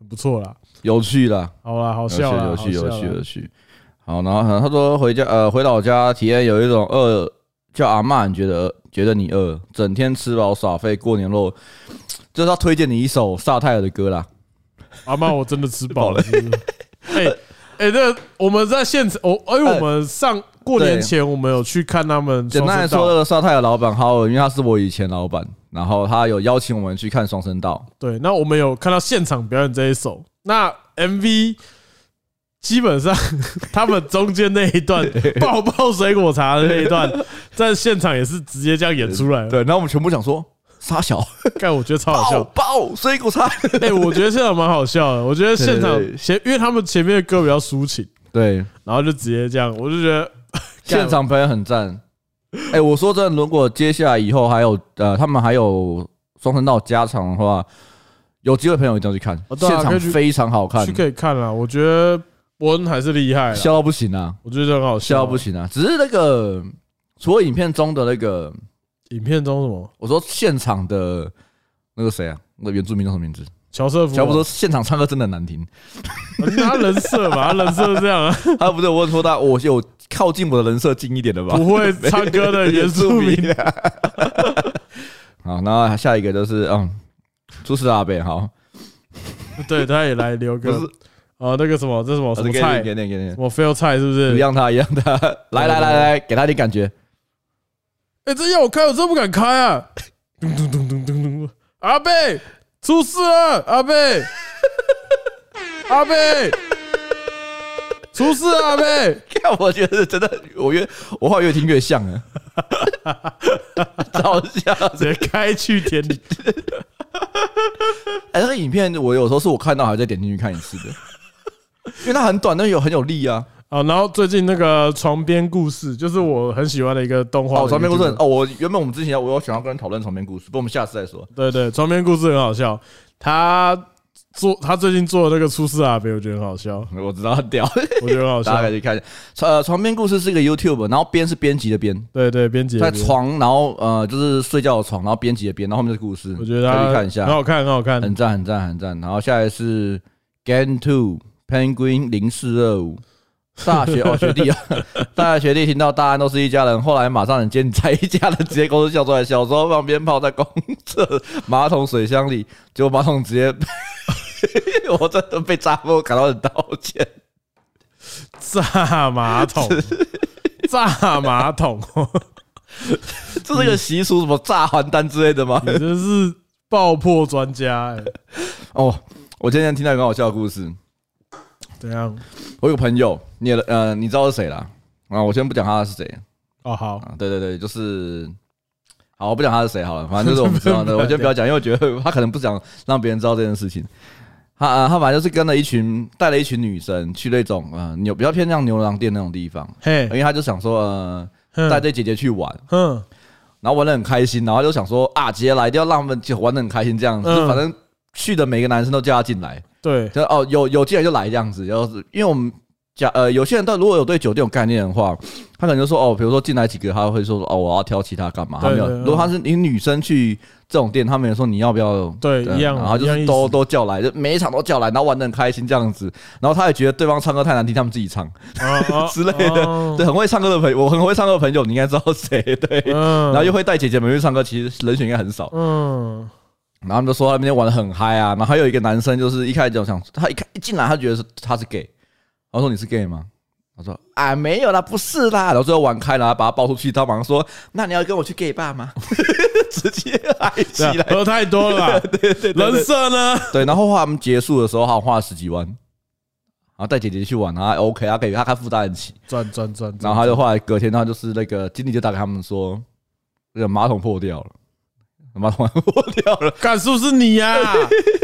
A: 很不错啦，
B: 有趣啦，
A: 好啦，好
B: 有趣，
A: 笑啦，
B: 有趣，有
A: 好
B: 趣，
A: 笑啦啊
B: 有趣。好，然后呃他说回家，呃，回老家体验有一种饿，叫阿嬷，你觉得觉得你饿，整天吃饱耍废过年肉，就是他推荐你一首萨泰尔的歌啦。
A: 阿妈，我真的吃 饱了。是不是哎哎，那我们在现场，我哎，我们上过年前我们有去看他们
B: 简
A: 双
B: 单来
A: 声
B: 说，这
A: 道，
B: 个沙泰尔老板好，因为他是我以前老板，然后他有邀请我们去看双声道，
A: 对，那我们有看到现场表演这一首，那 MV。基本上， 他们中间那一 段爆爆水果茶的那一段，在现场也是直接这样演出来。
B: 对，，然后我们全部想说沙小
A: 干我觉得超好
B: 爆
A: 笑。
B: 爆水果茶，
A: 哎、我觉得现场蛮好笑的。我觉得现场
B: 对对对
A: 前，因为他们前面的歌比较抒情，
B: 对，
A: 然后就直接这样，我就觉得干
B: 现场表演很赞。哎，我说真的，如果接下来以后还有呃，他们还有双声道加场的话，有机会朋友一定要去看
A: 哦，对
B: 现
A: 啊可
B: 场
A: 以去
B: 非常好看
A: 去，可以看了。我觉得伯恩还是厉害啦，
B: 笑到不行啊，
A: 我觉得很好笑。
B: 笑到不，行啊，只是那个除了影片中的那个，
A: 影片中什么
B: 我说现场的那个谁啊，那个原住民叫什么名字？
A: 乔瑟夫，
B: 乔布说现场唱歌真的很难听，
A: 他人设吧，他人设是这样 啊，
B: 他不是我说他我有靠近我的人设近一点的吧？。
A: 不会唱歌的原住民
B: 好，那下一个就是嗯，出事阿贝好，
A: 对，他也来留
B: 不
A: 个
B: 是
A: 啊，那个什么，这什么什么
B: 给
A: 菜，
B: 点给点给
A: 什
B: 点，
A: 么 fail 菜是不
B: 一
A: 是？
B: 样他一样他，来来来来，给他点感觉，
A: 哎，这要我开，我真不敢开啊！咚咚咚咚咚咚，阿贝出事了，阿贝，阿贝。出事啊呗！
B: 看，我觉得真的，我越我话越听越像 了，超像。
A: 直接开去田里，
B: 哎、那个影片我有时候是我看到还再点进去看一次的，因为它很短，但有很有力啊。
A: 啊，然后最近那个床边故事，就是我很喜欢的一个动画。
B: 哦，床边故事很哦，我原本我们之前要我有想要跟人讨论床边故事，不过我们下次再说。
A: 对对，床边故事很好笑。他做他最近做的那个出事啊呗，我觉得很好笑，
B: 我知道很屌，
A: 我觉得很好
B: 大
A: 笑
B: 家可。以去看一下。呃，床边故事是一个 YouTube，然后编是编辑的编，
A: 对对，编辑
B: 在，床，然后呃就是睡觉的床，然后编辑的编，然后后面是故事，
A: 我觉得
B: 可以
A: 他
B: 去看一下
A: 很。好看，很好看。
B: 很赞很赞很赞。然后下来是 Gan Two Penguin 零四二五。大学哦，学 弟啊，大学学弟听到大家都是一家人，后来马上很见在一家人，直接公司笑出来。小时候放鞭炮在公厕马桶水箱里，结果马桶直接， 我真的被炸过，感到很道歉。
A: 炸马 桶，炸马桶，
B: 这是一个习俗，什么炸还单之类的吗？
A: 你真是爆破专家哎！
B: 哦，我今天听到一个很好笑的故事，
A: 怎样？
B: 我有个朋友，你也呃，你知道是谁啦？啊，我先不讲他是谁，
A: 哦，好，
B: 啊，对对对，就是，好，我不讲他是谁好了，反正就是我们知道的，我先不要讲，因为我觉得他可能不想让别人知道这件事情。他、呃、他反正就是跟了一群带了一群女生去那种呃牛比较偏向牛郎店那种地方，
A: 嘿
B: 因，为他就想说呃带
A: 哼
B: 这姐姐去玩，
A: 哼，
B: 然后玩的很开心，然后他就想说啊姐姐来一定要让他们就玩的很开心这样子，
A: 嗯
B: 反正去的每个男生都叫他进来，
A: 对，
B: 就哦，有有进来就来这样子，然后是因为我们假呃，有些人到如果有对酒店有概念的话，他可能就说哦，比如说进来几个，他会说哦，我要挑其他干嘛？他没有
A: 对对。对
B: 如果他是你女生去这种店，他们也说你要不要？呃
A: 对一样
B: 然后就
A: 一样意
B: 是
A: 思
B: 都都叫来，就每一场都叫来，然后玩的很开心这样子。然后他也觉得对方唱歌太难听，他们自己唱，
A: 哦
B: 之类的
A: 哦
B: 对，很会唱歌的朋友，我很会唱歌的朋友，你应该知道谁对。
A: 嗯，
B: 然后又会带姐姐们去唱歌，其实人选应该很少。
A: 嗯，
B: 然后他们就说他那边玩的很嗨啊，然后还有一个男生就是一开始就想，他一看一进来他觉得是他是 gay，然后说你是 gay 吗？他说啊没有啦，不是啦，然后最后玩开了，把他抱出去，他马上说那你要跟我去 gay 爸吗？ 直接嗨起
A: 对啊
B: 来，
A: 喝太多 了啦，人设呢？
B: 对，然后后来他们结束的时候，他花了十几万，然后带姐姐去玩，然后还 OK，他可以他他负担得起，
A: 转转转，
B: 然后他就后来隔天，他就是那个经理就打给他们说，那个马桶破掉了，马桶破掉了。
A: 干是不是你 呀？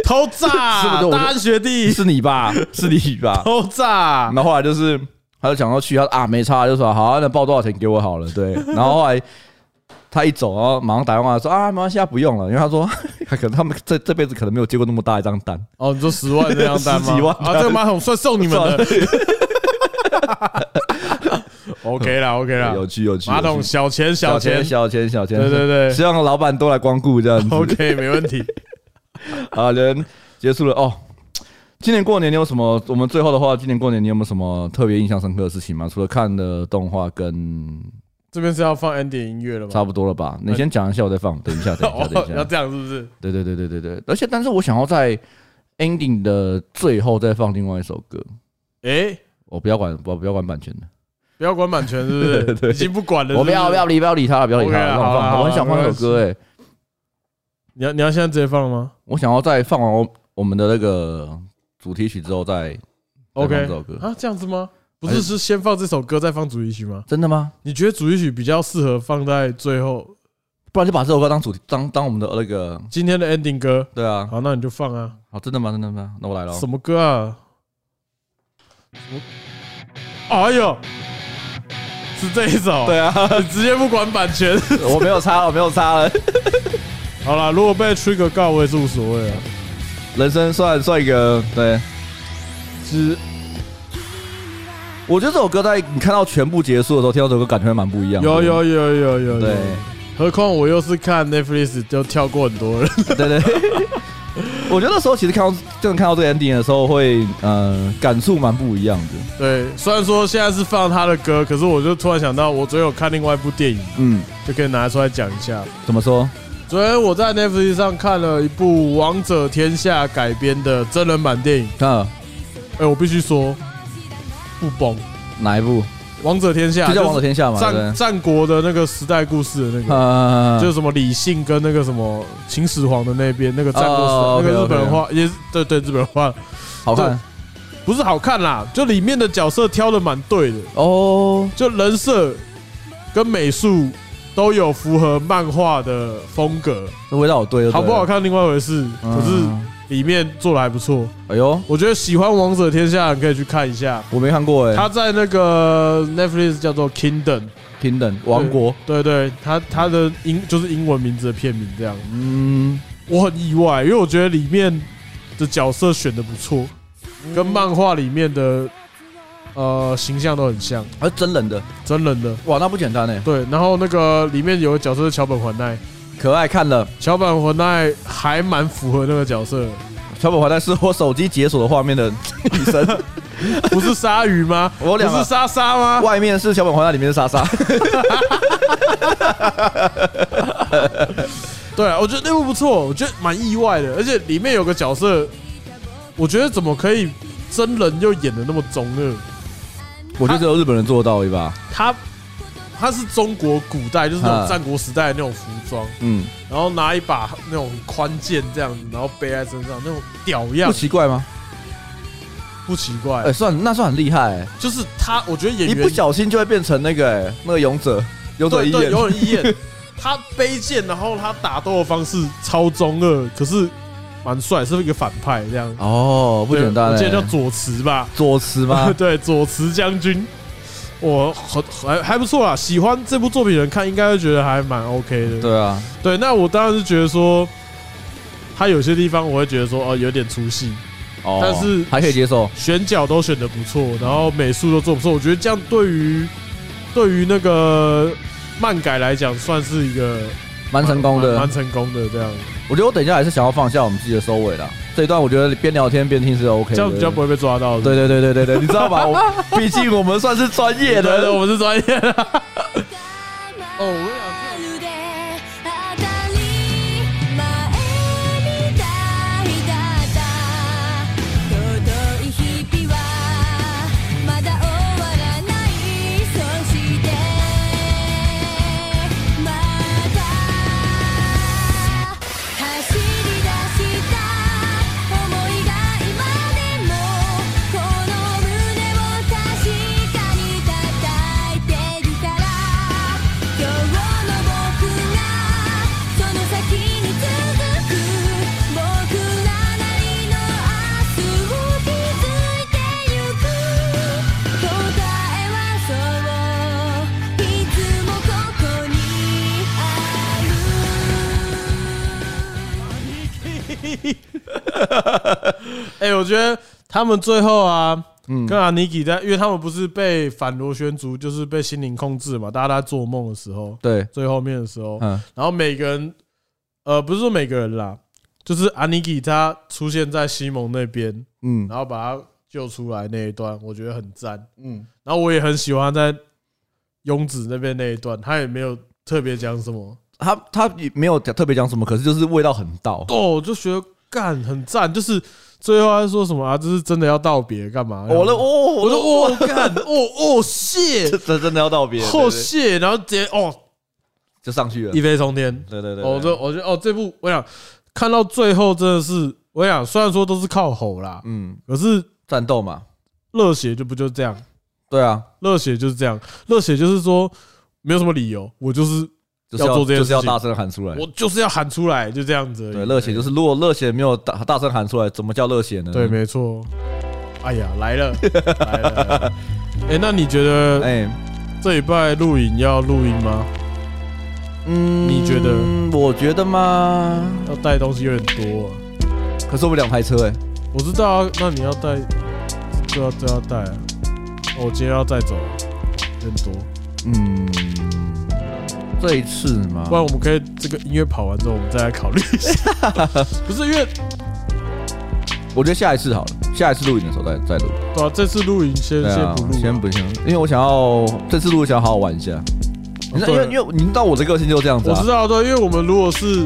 A: 偷
B: 是不
A: 炸，
B: 是我就
A: 大安学弟
B: 是啊 你吧？是你吧？
A: 偷炸
B: 然，后后来就是，他就想要去，他说啊没差，就说好、啊，那报多少钱给我好了， 对。然后后来他一走，然后马上打电话说啊，没关系，他不用了，因为他说 他可能他们这这辈子可能没有接过那么大一张 单，
A: 哦，你说十万这样单吗？
B: 十几万
A: 啊，这个马桶算送你们的。OK 啦，OK 啦，
B: 有趣有趣，
A: 啊马
B: 有
A: 桶
B: 趣
A: 小钱小
B: 小
A: 钱
B: 钱，小钱小钱，
A: 对对对
B: 希望老板都来光顾这样 子
A: ，OK 没问题。
B: 啊，人结束了哦。今年过年你有什么？我们最后的话，今年过年你有没有什么特别印象深刻的事情吗？除了看的动画跟
A: 这边是要放 Andy 音乐了吗？
B: 差不多了吧？你先讲一下，我再放。等一下，等一下，等
A: 哦
B: 一，下
A: 要。这样是不是？
B: 对对对对对对，而且但是我想要在 ending 的最后再放另外一首歌，
A: 诶，
B: 我不要管不不要管版权的，
A: 不要管版权是不是？
B: 对
A: 已经不管了。
B: 我不要
A: 是
B: 不
A: 是
B: 要。理不要理他了，不要理他
A: OK 啊
B: 了，让我
A: 好啊好
B: 放，
A: 啊
B: 我很想放那首歌哎，
A: 你要你要现在直接放了吗
B: 我想要在放完我我们的那个主题曲之后再再放
A: ？OK
B: 这首歌，
A: 啊，这样子吗？不
B: 还
A: 是
B: 是
A: 是先放这首歌再放主题曲吗？
B: 真的吗？
A: 你觉得主题曲比较适合放在最后
B: 不然就把这首歌当主题当当我们的那个，
A: 今天的 ending 歌？
B: 对啊，
A: 好，那你就放啊。
B: 好，真的吗？真的吗？那我来了，
A: 什么歌啊？什么？哎呦，是这一首。
B: 对，啊，
A: 直接不管版权。
B: 我没有插了，我没有插了，
A: 好啦，如果被 Trigger 告，我也是无所谓啊。
B: 人生算算一个对。
A: 只
B: 我觉得这首歌在你看到全部结束的时候，听到这首歌感觉会蛮不一样的。
A: 有有有有有有
B: 对，
A: 何况我又是看 Netflix 就跳过很多 人，
B: 对对。对我觉得那时候其实看到真的看到这个 ending 的时候会，呃，感触蛮不一样的。
A: 对。虽然说现在是放他的歌，可是我就突然想到，我昨天有看另外一部电影，
B: 嗯，
A: 就可以拿出来讲一下。
B: 怎么说？
A: 昨天我在 Netflix 上看了一部《王者天下》改编的真人版电影，
B: 看了
A: 哎、我必须说，不崩，《
B: 哪一部？
A: 王者天下》
B: 就叫
A: 啊
B: 《
A: 是
B: 王者天下》嘛，对不
A: 战
B: 对？
A: 战国的那个时代故事的那个。
B: 呃，
A: 就是什么李信跟那个什么秦始皇的那边那个战国时代
B: 哦
A: 那个日
B: OK，OK，OK
A: 本话也是对对日本话，
B: 好看。
A: 不是好看啦，就里面的角色挑的蛮对的，
B: 哦，
A: 就人设跟美术都有符合漫画的风格，
B: 这味道有对，嗯
A: 好不好？看另外一回事，可是里面做的还不错。
B: 哎呦，
A: 我觉得喜欢《王者天下》的人可以去看一下，
B: 我没看过哎、
A: 他在那个 Netflix 叫做 Kingdom，
B: 平等王国，
A: 对对，他他的英就是英文名字的片名这样。
B: 嗯，
A: 我很意外，因为我觉得里面的角色选的不错，跟漫画里面的呃形象都很像，
B: 还是真人的，
A: 真人的。
B: 哇，那不简单哎、
A: 对，然后那个里面有个角色是桥本环奈，
B: 可爱看了，
A: 桥本环奈还蛮符合那个角色的，
B: 小宝环带是我手机解锁的画面的女生，
A: 不是鲨鱼吗？
B: 我
A: 不
B: 两
A: 是
B: 个
A: 莎莎吗？
B: 外面是小宝环带，里面是 莎莎，
A: 对，我觉得那部不错，我觉得蛮意外的，而且里面有个角色，我觉得怎么可以真人又演的那么中二？
B: 我觉得只有日本人做得到一把，
A: 他他是中国古代，就是那种
B: 啊
A: 战国时代的那种服装，
B: 嗯，
A: 然后拿一把那种宽剑这样子，然后背在身上那种屌样
B: 不，奇怪吗？
A: 不奇怪。
B: 哎，算那算很厉害、欸，
A: 就是他，我觉得演
B: 一
A: 员
B: 不小心就会变成那个哎、那个勇者，勇者
A: 对
B: 一
A: 对
B: 眼，
A: 有点意见。他背剑，然后他打斗的方式超中二，可是蛮帅，是一个反派这样。
B: 哦，不简
A: 对我
B: 单、欸，
A: 记得叫左慈吧？
B: 左慈吗？
A: 对，左慈将军，我很还还不错啦。喜欢这部作品的人看，应该会觉得还蛮 OK 的。
B: 对啊，
A: 对，那我当然是觉得说，他有些地方我会觉得说，哦，有点出戏，
B: 哦，
A: 但是
B: 还可以接受，
A: 选角都选的不错，然后美术都做不错，我觉得这样对于对于那个漫改来讲，算是一个
B: 蛮成功的
A: 蛮。蛮成功的这样，
B: 我觉得我等一下还是想要放下我们自己的收尾啦。这一段我觉得边聊天边听是 OK 的，
A: 这样比较不会被抓到。
B: 对对对对对对，你知道 吧？我毕竟我们算是专业
A: 对对对，
B: 的，
A: 我们是专业的。 哦，我跟你
D: 「当たり前みたいに
A: 讲，
D: だった」「尊い日々はまだ終わらない」「そしてまた」走り出した想いが今でもこの胸を確かに叩いてるから今日の僕がその先に続く僕らなりの明日を築いてゆく答えはそういつもここにある
A: 哎，我觉得他们最后啊。
B: 嗯
A: 跟阿尼基在，因为他们不是被反螺旋族，就是被心灵控制嘛。大家都在做梦的时候，
B: 对，
A: 最后面的时候，
B: 嗯，
A: 然后每个人，呃，不是说每个人啦，就是阿尼基他出现在西蒙那边，
B: 嗯
A: 然后把他救出来那一段，我觉得很赞。
B: 嗯，
A: 然后我也很喜欢在庸子那边那一段，他也没有特别讲什么，
B: 他他也没有特别讲什么，可是就是味道很到，
A: 哦，我就觉得干很赞，就是最后他说什么啊，这是真的要道别干嘛？
B: 我的哦，
A: 我
B: 的
A: 说哦干哦哦谢
B: 这这真的要道别，对
A: 哦
B: 对对
A: 谢，然后直接哦
B: 就上去了
A: 一，飞冲天，
B: 对对对，
A: 哦，这
B: 对
A: 我觉得哦，这部我想看到最后真的是，我想虽然说都是靠吼啦，
B: 嗯，
A: 可是
B: 战斗嘛，
A: 热血就不就这样，
B: 对啊，
A: 热血就是这样，热血就是说没有什么理由，我就是
B: 就是
A: 要做这件
B: 就是要
A: 事情
B: 大声喊出来
A: 我，就是要喊出来，就这样子而已。
B: 对，热血就是嗯如果热血没有大大声喊出来，怎么叫热血呢？
A: 对，没错。哎呀，来了，来了。来了 哎，那你觉得
B: 哎，
A: 这礼拜录影要录音吗？
B: 嗯，
A: 你觉得？
B: 我觉得吗？
A: 要带东西有点多啊。
B: 可是我们两台车哎，
A: 我知道啊，那你要带，就要就要带啊。哦我今天要带走，有点多。
B: 嗯，这一次嘛，
A: 不然我们可以这个音乐跑完之后，我们再来考虑一下。 不是因为
B: 我觉得下一次好了，下一次录影的时候再再录。
A: 对啊，这次录影先
B: 对
A: 先
B: 啊
A: 不录，哦
B: 先不行，因为我想要这次录想要好好玩一下。你知道，因为
A: 对
B: 因为你知道我的个性就这样子
A: 我
B: 啊
A: 知。道，对，因为我们如果是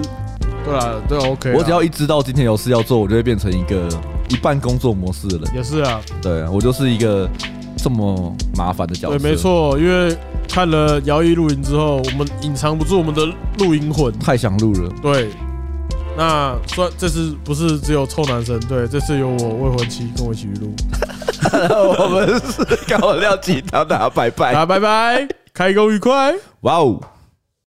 A: 对啊，对啊 OK，啊
B: 我只要一知道今天有事要做，我就会变成一个一半工作模式的人。
A: 也是啊，
B: 对我就是一个这么麻烦的角
A: 对，
B: 色。
A: 没，错，因为看了摇曳露营之后，我们隐藏不住我们的露营魂，
B: 太想录 了。
A: 对。那算这次不是只有臭男生，对，这次有我未婚妻跟我一起去录，我们是高料鸡汤，大家拜拜，
B: 哎啊，拜拜，开工愉快。
A: 哇哦！